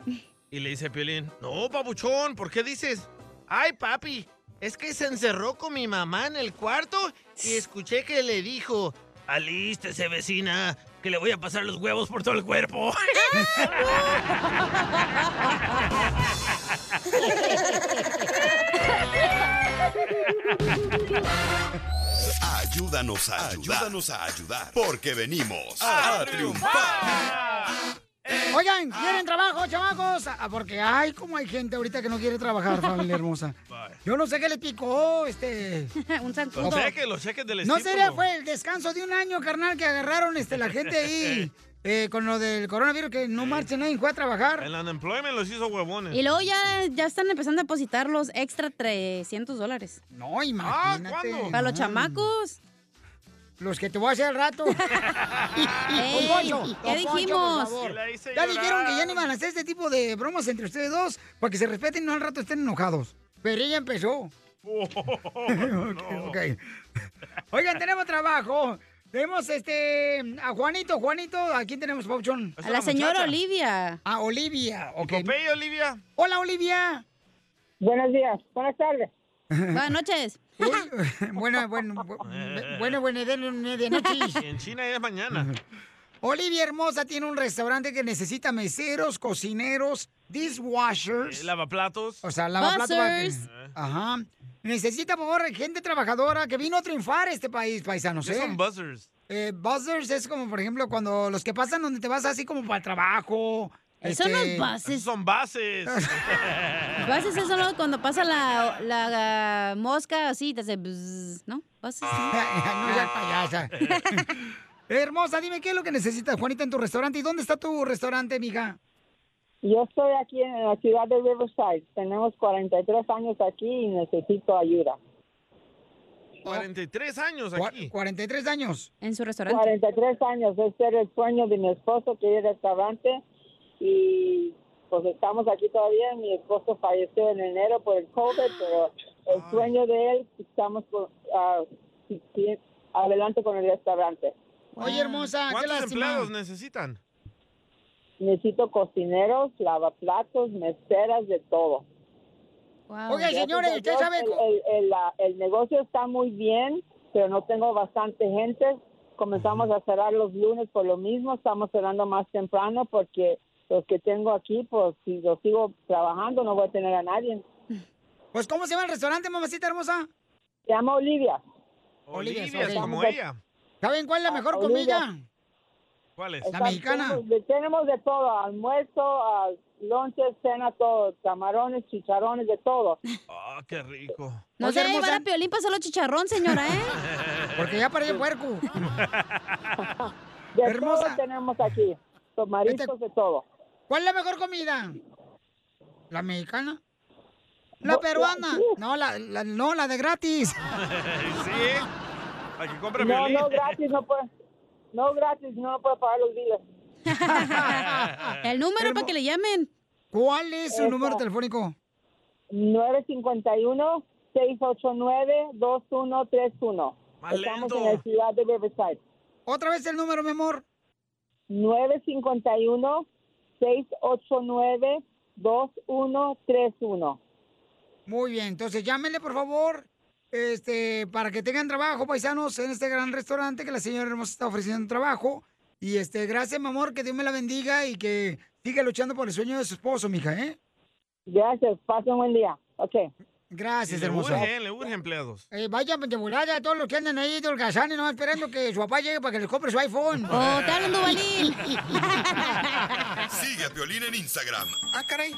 Speaker 3: Y le dice Piolín, no, papuchón, ¿por qué dices? Ay, papi,
Speaker 8: Es que se encerró con mi mamá en el cuarto y escuché que le dijo,
Speaker 3: alístese, vecina, que le voy a pasar los huevos por todo el cuerpo.
Speaker 9: Ayúdanos a ayudar. Ayúdanos a ayudar. Porque venimos a,
Speaker 2: Oigan, ¿quieren trabajo, chamacos? Ah, Porque, ay, cómo hay gente ahorita que no quiere trabajar, familia hermosa. Yo no sé qué le picó, este...
Speaker 4: Un
Speaker 3: Los cheques, los cheques del
Speaker 2: No
Speaker 3: estímulo.
Speaker 2: sería, fue el descanso de un año, carnal, que agarraron este, la gente ahí eh, con lo del coronavirus, que no marcha nadie fue a trabajar.
Speaker 3: El unemployment los hizo huevones.
Speaker 4: Y luego ya, ya están empezando a depositar los extra 300 dólares.
Speaker 2: No, imagínate.
Speaker 3: Ah,
Speaker 2: Mm.
Speaker 3: ¿cuándo?
Speaker 4: Para los
Speaker 2: No.
Speaker 4: chamacos.
Speaker 2: Los que te voy a hacer al rato. Don
Speaker 4: Ey,
Speaker 2: Poncho,
Speaker 4: ¿qué
Speaker 2: Don Poncho,
Speaker 4: dijimos?
Speaker 2: por favor.
Speaker 4: Sí, la hice
Speaker 2: Ya
Speaker 4: llorar.
Speaker 2: dijeron que ya no iban a hacer este tipo de bromas entre ustedes dos para que se respeten y no al rato estén enojados. Pero ella empezó.
Speaker 4: Oh,
Speaker 2: Ok, ok. Oigan, tenemos trabajo. Tenemos este a Juanito, Juanito, ¿a quién tenemos, Pauchón?
Speaker 3: Pues
Speaker 4: A la señora Olivia.
Speaker 2: A Ah, Olivia, ok.
Speaker 3: Olivia?
Speaker 2: Hola, Olivia.
Speaker 25: Buenos días, buenas tardes.
Speaker 4: Buenas noches.
Speaker 2: Buena, buena, Eh, bu- buena, buena, de de noche.
Speaker 3: En China ya es mañana.
Speaker 2: Olivia Hermosa tiene un restaurante que necesita meseros, cocineros, dishwashers.
Speaker 3: Lavaplatos.
Speaker 2: O sea, lavaplatos. va- Ajá. Necesita, por favor, gente trabajadora que vino a triunfar este país, paisanos,
Speaker 3: ¿Qué
Speaker 2: ¿eh?
Speaker 3: son buzzers?
Speaker 2: Eh, buzzers es como, por ejemplo, cuando los que pasan donde te vas así como para el trabajo. este,
Speaker 4: Eso no es buzzers.
Speaker 3: Esos Son bases.
Speaker 4: Bases Pues, es solo cuando pasa la, la, ah, mosca así, te hace bzz, ¿no? Bases.
Speaker 3: Ah,
Speaker 2: no seas payasa. Hermosa, dime qué es lo que necesitas, Juanita, en tu restaurante. ¿Y dónde está tu restaurante, mija?
Speaker 25: Yo estoy aquí en la ciudad de Riverside. Tenemos 43 años aquí y necesito ayuda.
Speaker 3: 43 años aquí.
Speaker 2: 43 años.
Speaker 4: En su restaurante.
Speaker 25: 43 años. Este era el sueño de mi esposo, que era el restaurante. Y pues estamos aquí todavía. Mi esposo falleció en enero por el COVID, pero el sueño de él, estamos por- ah, sí, sí, adelante con el restaurante.
Speaker 2: Oye, hermosa, qué
Speaker 3: ¿Cuántos
Speaker 2: lástima.
Speaker 3: empleados necesitan?
Speaker 25: Necesito cocineros, lavaplatos, meseras, de todo.
Speaker 2: Oiga,
Speaker 25: Gracias
Speaker 2: señores,
Speaker 25: a
Speaker 2: usted
Speaker 25: Dios,
Speaker 2: sabe-
Speaker 25: El, el- el, ah, el negocio está muy bien, pero no tengo bastante gente. Comenzamos a cerrar los lunes por lo mismo. Estamos cerrando más temprano porque los que tengo aquí, pues si los sigo trabajando, no voy a tener a nadie.
Speaker 2: Pues, ¿cómo se llama el restaurante, mamacita hermosa?
Speaker 25: Se llama Olivia.
Speaker 3: Olivia,
Speaker 25: Olivia,
Speaker 3: es
Speaker 25: ok.
Speaker 3: como ella.
Speaker 2: ¿Saben cuál es la mejor
Speaker 25: Olivia.
Speaker 2: comida?
Speaker 3: ¿Cuál es?
Speaker 25: Está- Tenemos de, tenemos de todo: almuerzo, ah, lonches, cena, todo. Camarones, chicharrones, de todo.
Speaker 3: Ah, qué rico.
Speaker 4: No se va a llevar a Piolín para hacerlo chicharrón, señora, ¿eh?
Speaker 2: Porque ya pareció puerco.
Speaker 25: De todo tenemos aquí.
Speaker 2: Este
Speaker 25: Los mariscos, de todo.
Speaker 2: ¿Cuál es la mejor comida? ¿La mexicana? ¿La peruana? No, la, la- no, la de gratis. Ah,
Speaker 3: sí. Para que compre
Speaker 25: No,
Speaker 3: violín.
Speaker 25: no, gratis, no puede. No, gratis, no puedo pagar los biles.
Speaker 4: El número para que le llamen.
Speaker 2: ¿Cuál es
Speaker 25: su
Speaker 4: el
Speaker 25: número
Speaker 2: telefónico?
Speaker 25: 951-689-2131.
Speaker 2: Más
Speaker 25: Estamos
Speaker 2: lento.
Speaker 25: en la ciudad de Riverside.
Speaker 2: ¿Otra vez el número, mi amor?
Speaker 25: 951-689-2131.
Speaker 2: Muy bien, entonces llámenle, por favor, este, para que tengan trabajo, paisanos, en este gran restaurante que la señora hermosa está ofreciendo trabajo. Y este, gracias, mi amor, que Dios me la bendiga y que siga luchando por el sueño de su esposo, mija, ¿eh?
Speaker 25: Gracias, pasen buen día. Ok.
Speaker 2: Gracias,
Speaker 3: le
Speaker 2: hermosa.
Speaker 3: urge, le urge empleados.
Speaker 2: Eh, vayan de volada todos los que andan ahí de holgazanes, no esperando que su papá llegue para que les compre su iPhone.
Speaker 4: ¡Oh, te hablan, Duvalín!
Speaker 9: Sigue a Piolín en Instagram.
Speaker 8: Ah, caray.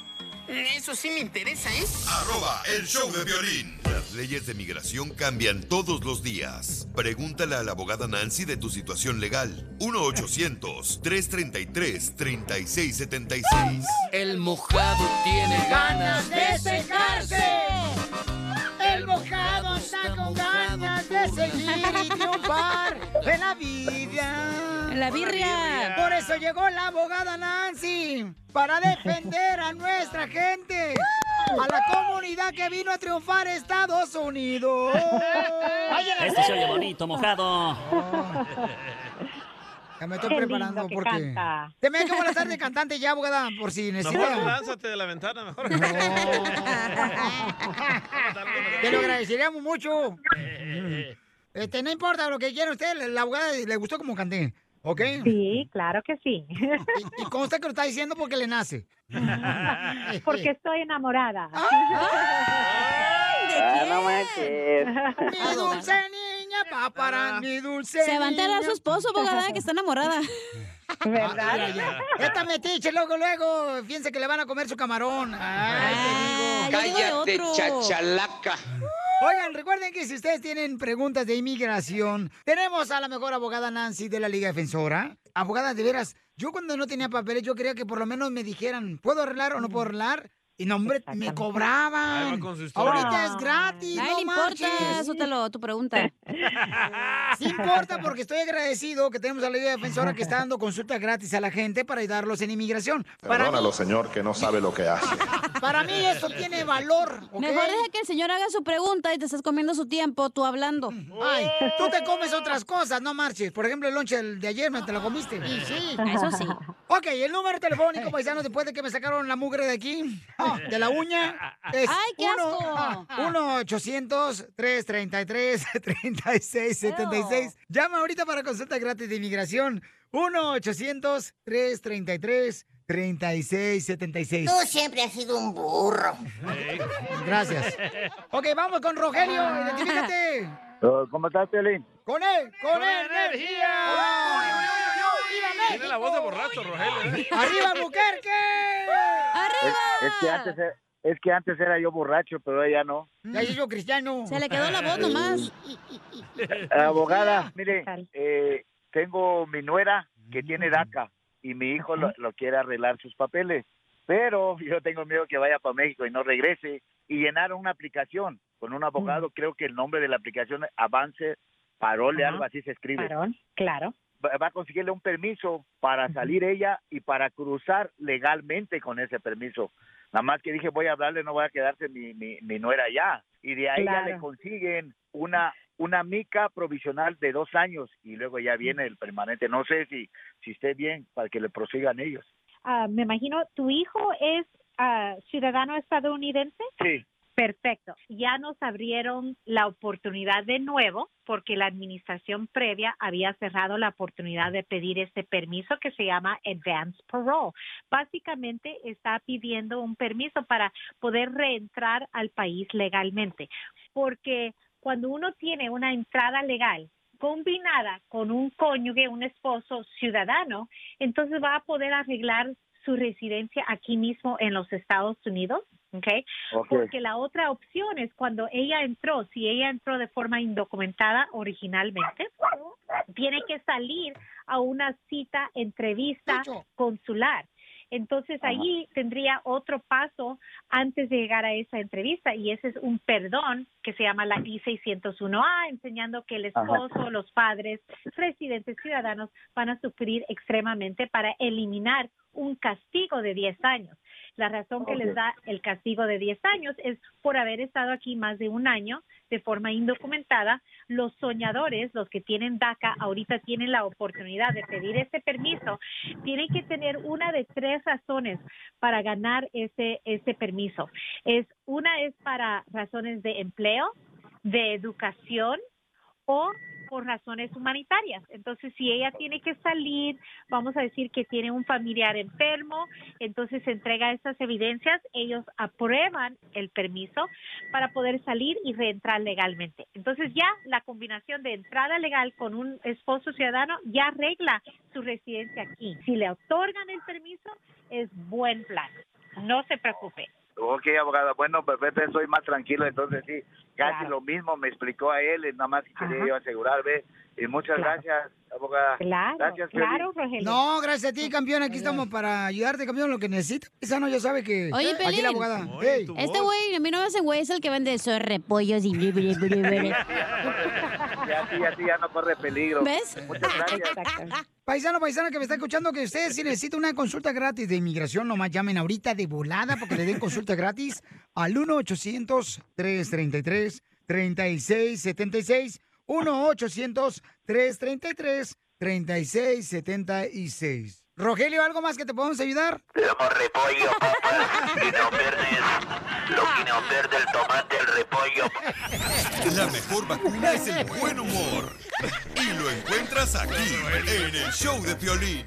Speaker 8: Eso sí me interesa, ¿eh?
Speaker 9: Arroba el show de violín. Las leyes de migración cambian todos los días. Pregúntale a la abogada Nancy de tu situación legal. 1-800-333-3676.
Speaker 8: El mojado tiene
Speaker 9: ganas
Speaker 25: de secarse.
Speaker 2: El mojado está con ganas de seguir y triunfar en la vida.
Speaker 4: En la birria.
Speaker 2: Por eso llegó la abogada Nancy para defender a nuestra gente. a la comunidad que vino a triunfar Estados Unidos.
Speaker 26: Este se oye bonito, mojado.
Speaker 2: Ya me estoy preparando porque. Te me acabo la tarde cantante ya, abogada, por si
Speaker 8: Mejor
Speaker 2: necesita.
Speaker 8: lánzate de la ventana, mejor.
Speaker 2: Te lo agradeceríamos mucho. Este, no importa lo que quiera usted, la abogada le gustó como canté. ¿Ok? Sí, claro que sí. Y, y consta que lo está diciendo porque le nace.
Speaker 10: Porque estoy enamorada.
Speaker 2: Ah,
Speaker 13: Ah,
Speaker 2: Mi dulce niña,
Speaker 13: Ah.
Speaker 2: paparán, mi dulce
Speaker 4: Se va a enterar su esposo, abogada, que está enamorada.
Speaker 13: Ah,
Speaker 2: ¿Verdad? Esta metiche, luego, luego, piensa que le van a comer su camarón. Ay,
Speaker 4: Ah,
Speaker 2: te digo.
Speaker 13: Cállate, chachalaca.
Speaker 2: Oigan, recuerden que si ustedes tienen preguntas de inmigración, tenemos a la mejor abogada Nancy de la Liga Defensora. Abogada, de veras, yo cuando no tenía papeles, yo quería que por lo menos me dijeran, ¿puedo arreglar o no puedo arreglar? Y no, hombre, me
Speaker 8: Ahí
Speaker 2: cobraban.
Speaker 8: va con su historia.
Speaker 2: Ahorita es gratis,
Speaker 4: Nadie
Speaker 2: no
Speaker 4: le importa,
Speaker 2: marches.
Speaker 4: Sotelo, tu pregunta.
Speaker 2: Sí importa porque estoy agradecido que tenemos a la Liga Defensora que está dando consulta gratis a la gente para ayudarlos en inmigración. Para mí,
Speaker 24: Perdónalo, señor, que no sabe lo que hace.
Speaker 2: para mí eso tiene valor. ¿ok?
Speaker 4: Mejor deja que el señor haga su pregunta y te estás comiendo su tiempo tú hablando.
Speaker 3: Mm. Oh,
Speaker 2: Ay, tú
Speaker 4: Oh.
Speaker 2: te comes otras cosas, no marches. Por ejemplo, el lonche del- de ayer no te lo comiste. Sí, sí.
Speaker 4: Eso sí.
Speaker 2: Ok, el número telefónico, paisanos, después de que me sacaron la mugre de aquí, ah, de la uña, es
Speaker 4: Ay, qué asco.
Speaker 2: 1-800-333-3676. Llama ahorita para consulta gratis de inmigración. 1-800-333-3676.
Speaker 27: Tú siempre has sido un burro.
Speaker 2: Gracias. Ok, vamos con Rogelio. Identifícate.
Speaker 28: Eh, ¿Cómo estás, Piolín?
Speaker 2: Con él, con energía.
Speaker 8: Tiene la voz de borracho, Rogelio. ¿eh?
Speaker 2: ¡Arriba, Buquerque!
Speaker 28: Es, es que antes, e- es que antes era yo borracho, pero ella no.
Speaker 2: Ya hizo cristiano. Se le quedó la voz
Speaker 28: nomás. Abogada, mire, eh, tengo mi nuera que
Speaker 2: Mm.
Speaker 28: tiene DACA y mi hijo lo, lo quiere arreglar sus papeles, pero yo tengo miedo que vaya para México y no regrese y llenaron una aplicación con un abogado, creo que el nombre de la aplicación es Avance Parole,
Speaker 27: Ajá.
Speaker 28: algo así se escribe.
Speaker 27: Parón, claro.
Speaker 28: Va va a conseguirle un permiso para salir ella y para cruzar legalmente con ese permiso. Nada más que dije, voy a hablarle, no voy a quedarse mi, mi, mi nuera allá. Y de ahí ya le
Speaker 27: Claro.
Speaker 28: consiguen una una mica provisional de dos años y luego ya viene el permanente. No sé si, si esté bien para que le prosigan ellos.
Speaker 27: Ah, me imagino, ¿tu hijo es ah, ciudadano estadounidense?
Speaker 28: Sí.
Speaker 27: Perfecto. Ya nos abrieron la oportunidad de nuevo porque la administración previa había cerrado la oportunidad de pedir ese permiso que se llama Advance Parole. Básicamente está pidiendo un permiso para poder reentrar al país legalmente porque cuando uno tiene una entrada legal combinada con un cónyuge, un esposo ciudadano, entonces va a poder arreglar su residencia aquí mismo en los Estados Unidos, ¿ok?
Speaker 13: Ok.
Speaker 27: Porque la otra opción es cuando ella entró, si ella entró de forma indocumentada originalmente, tiene que salir a una cita, entrevista consular. Entonces
Speaker 13: Ajá.
Speaker 27: allí tendría otro paso antes de llegar a esa entrevista y ese es un perdón que se llama la I-601A, enseñando que el
Speaker 13: Ajá.
Speaker 27: esposo, los padres, residentes ciudadanos van a sufrir extremadamente para eliminar un castigo de 10 años. La razón que les
Speaker 13: Ok.
Speaker 27: da el castigo de 10 años es por haber estado aquí más de un año de forma indocumentada. Los soñadores, los que tienen DACA, ahorita tienen la oportunidad de pedir ese permiso. Tienen que tener una de tres razones para ganar ese, ese permiso. Es, una es para razones de empleo, de educación o por razones humanitarias. Entonces, si ella tiene que salir, vamos a decir que tiene un familiar enfermo, entonces se entrega esas evidencias, ellos aprueban el permiso para poder salir y reentrar legalmente. Entonces, ya la combinación de entrada legal con un esposo ciudadano ya arregla su residencia aquí. Si le otorgan el permiso, es buen plan. No se preocupe.
Speaker 28: Ok, abogada, bueno, perfecto, soy más tranquilo, entonces sí, casi lo mismo me explicó a él, nada más que quería
Speaker 27: Ajá.
Speaker 28: yo asegurarme. Y muchas
Speaker 27: Claro.
Speaker 28: gracias, abogada.
Speaker 29: Claro,
Speaker 28: Gracias, Piolín.
Speaker 29: claro, Rogelio.
Speaker 2: No, gracias a ti, campeón. Aquí estamos para ayudarte, campeón, lo que necesites. Paisano, ya sabe que
Speaker 27: Oye,
Speaker 2: aquí
Speaker 27: Pelín,
Speaker 2: la abogada. Ey.
Speaker 27: este güey, a mí no me hace güey, es el que vende esos repollos y... bri, bri, bri, bri.
Speaker 28: Ya, sí, ya, sí, ya no corre peligro.
Speaker 27: ¿Ves?
Speaker 28: Muchas gracias.
Speaker 2: Paisano, paisana que me está escuchando, que ustedes si necesitan una consulta gratis de inmigración, nomás llamen ahorita de volada porque le den consulta gratis al 1-800-333-3676. 1-800-333-3676. Rogelio, ¿algo más que te podemos ayudar?
Speaker 30: repollo, papá. Y no pierdes lo que no pierde el tomate, el repollo.
Speaker 9: La mejor vacuna es el buen humor. Y lo encuentras aquí, en el show de Piolín.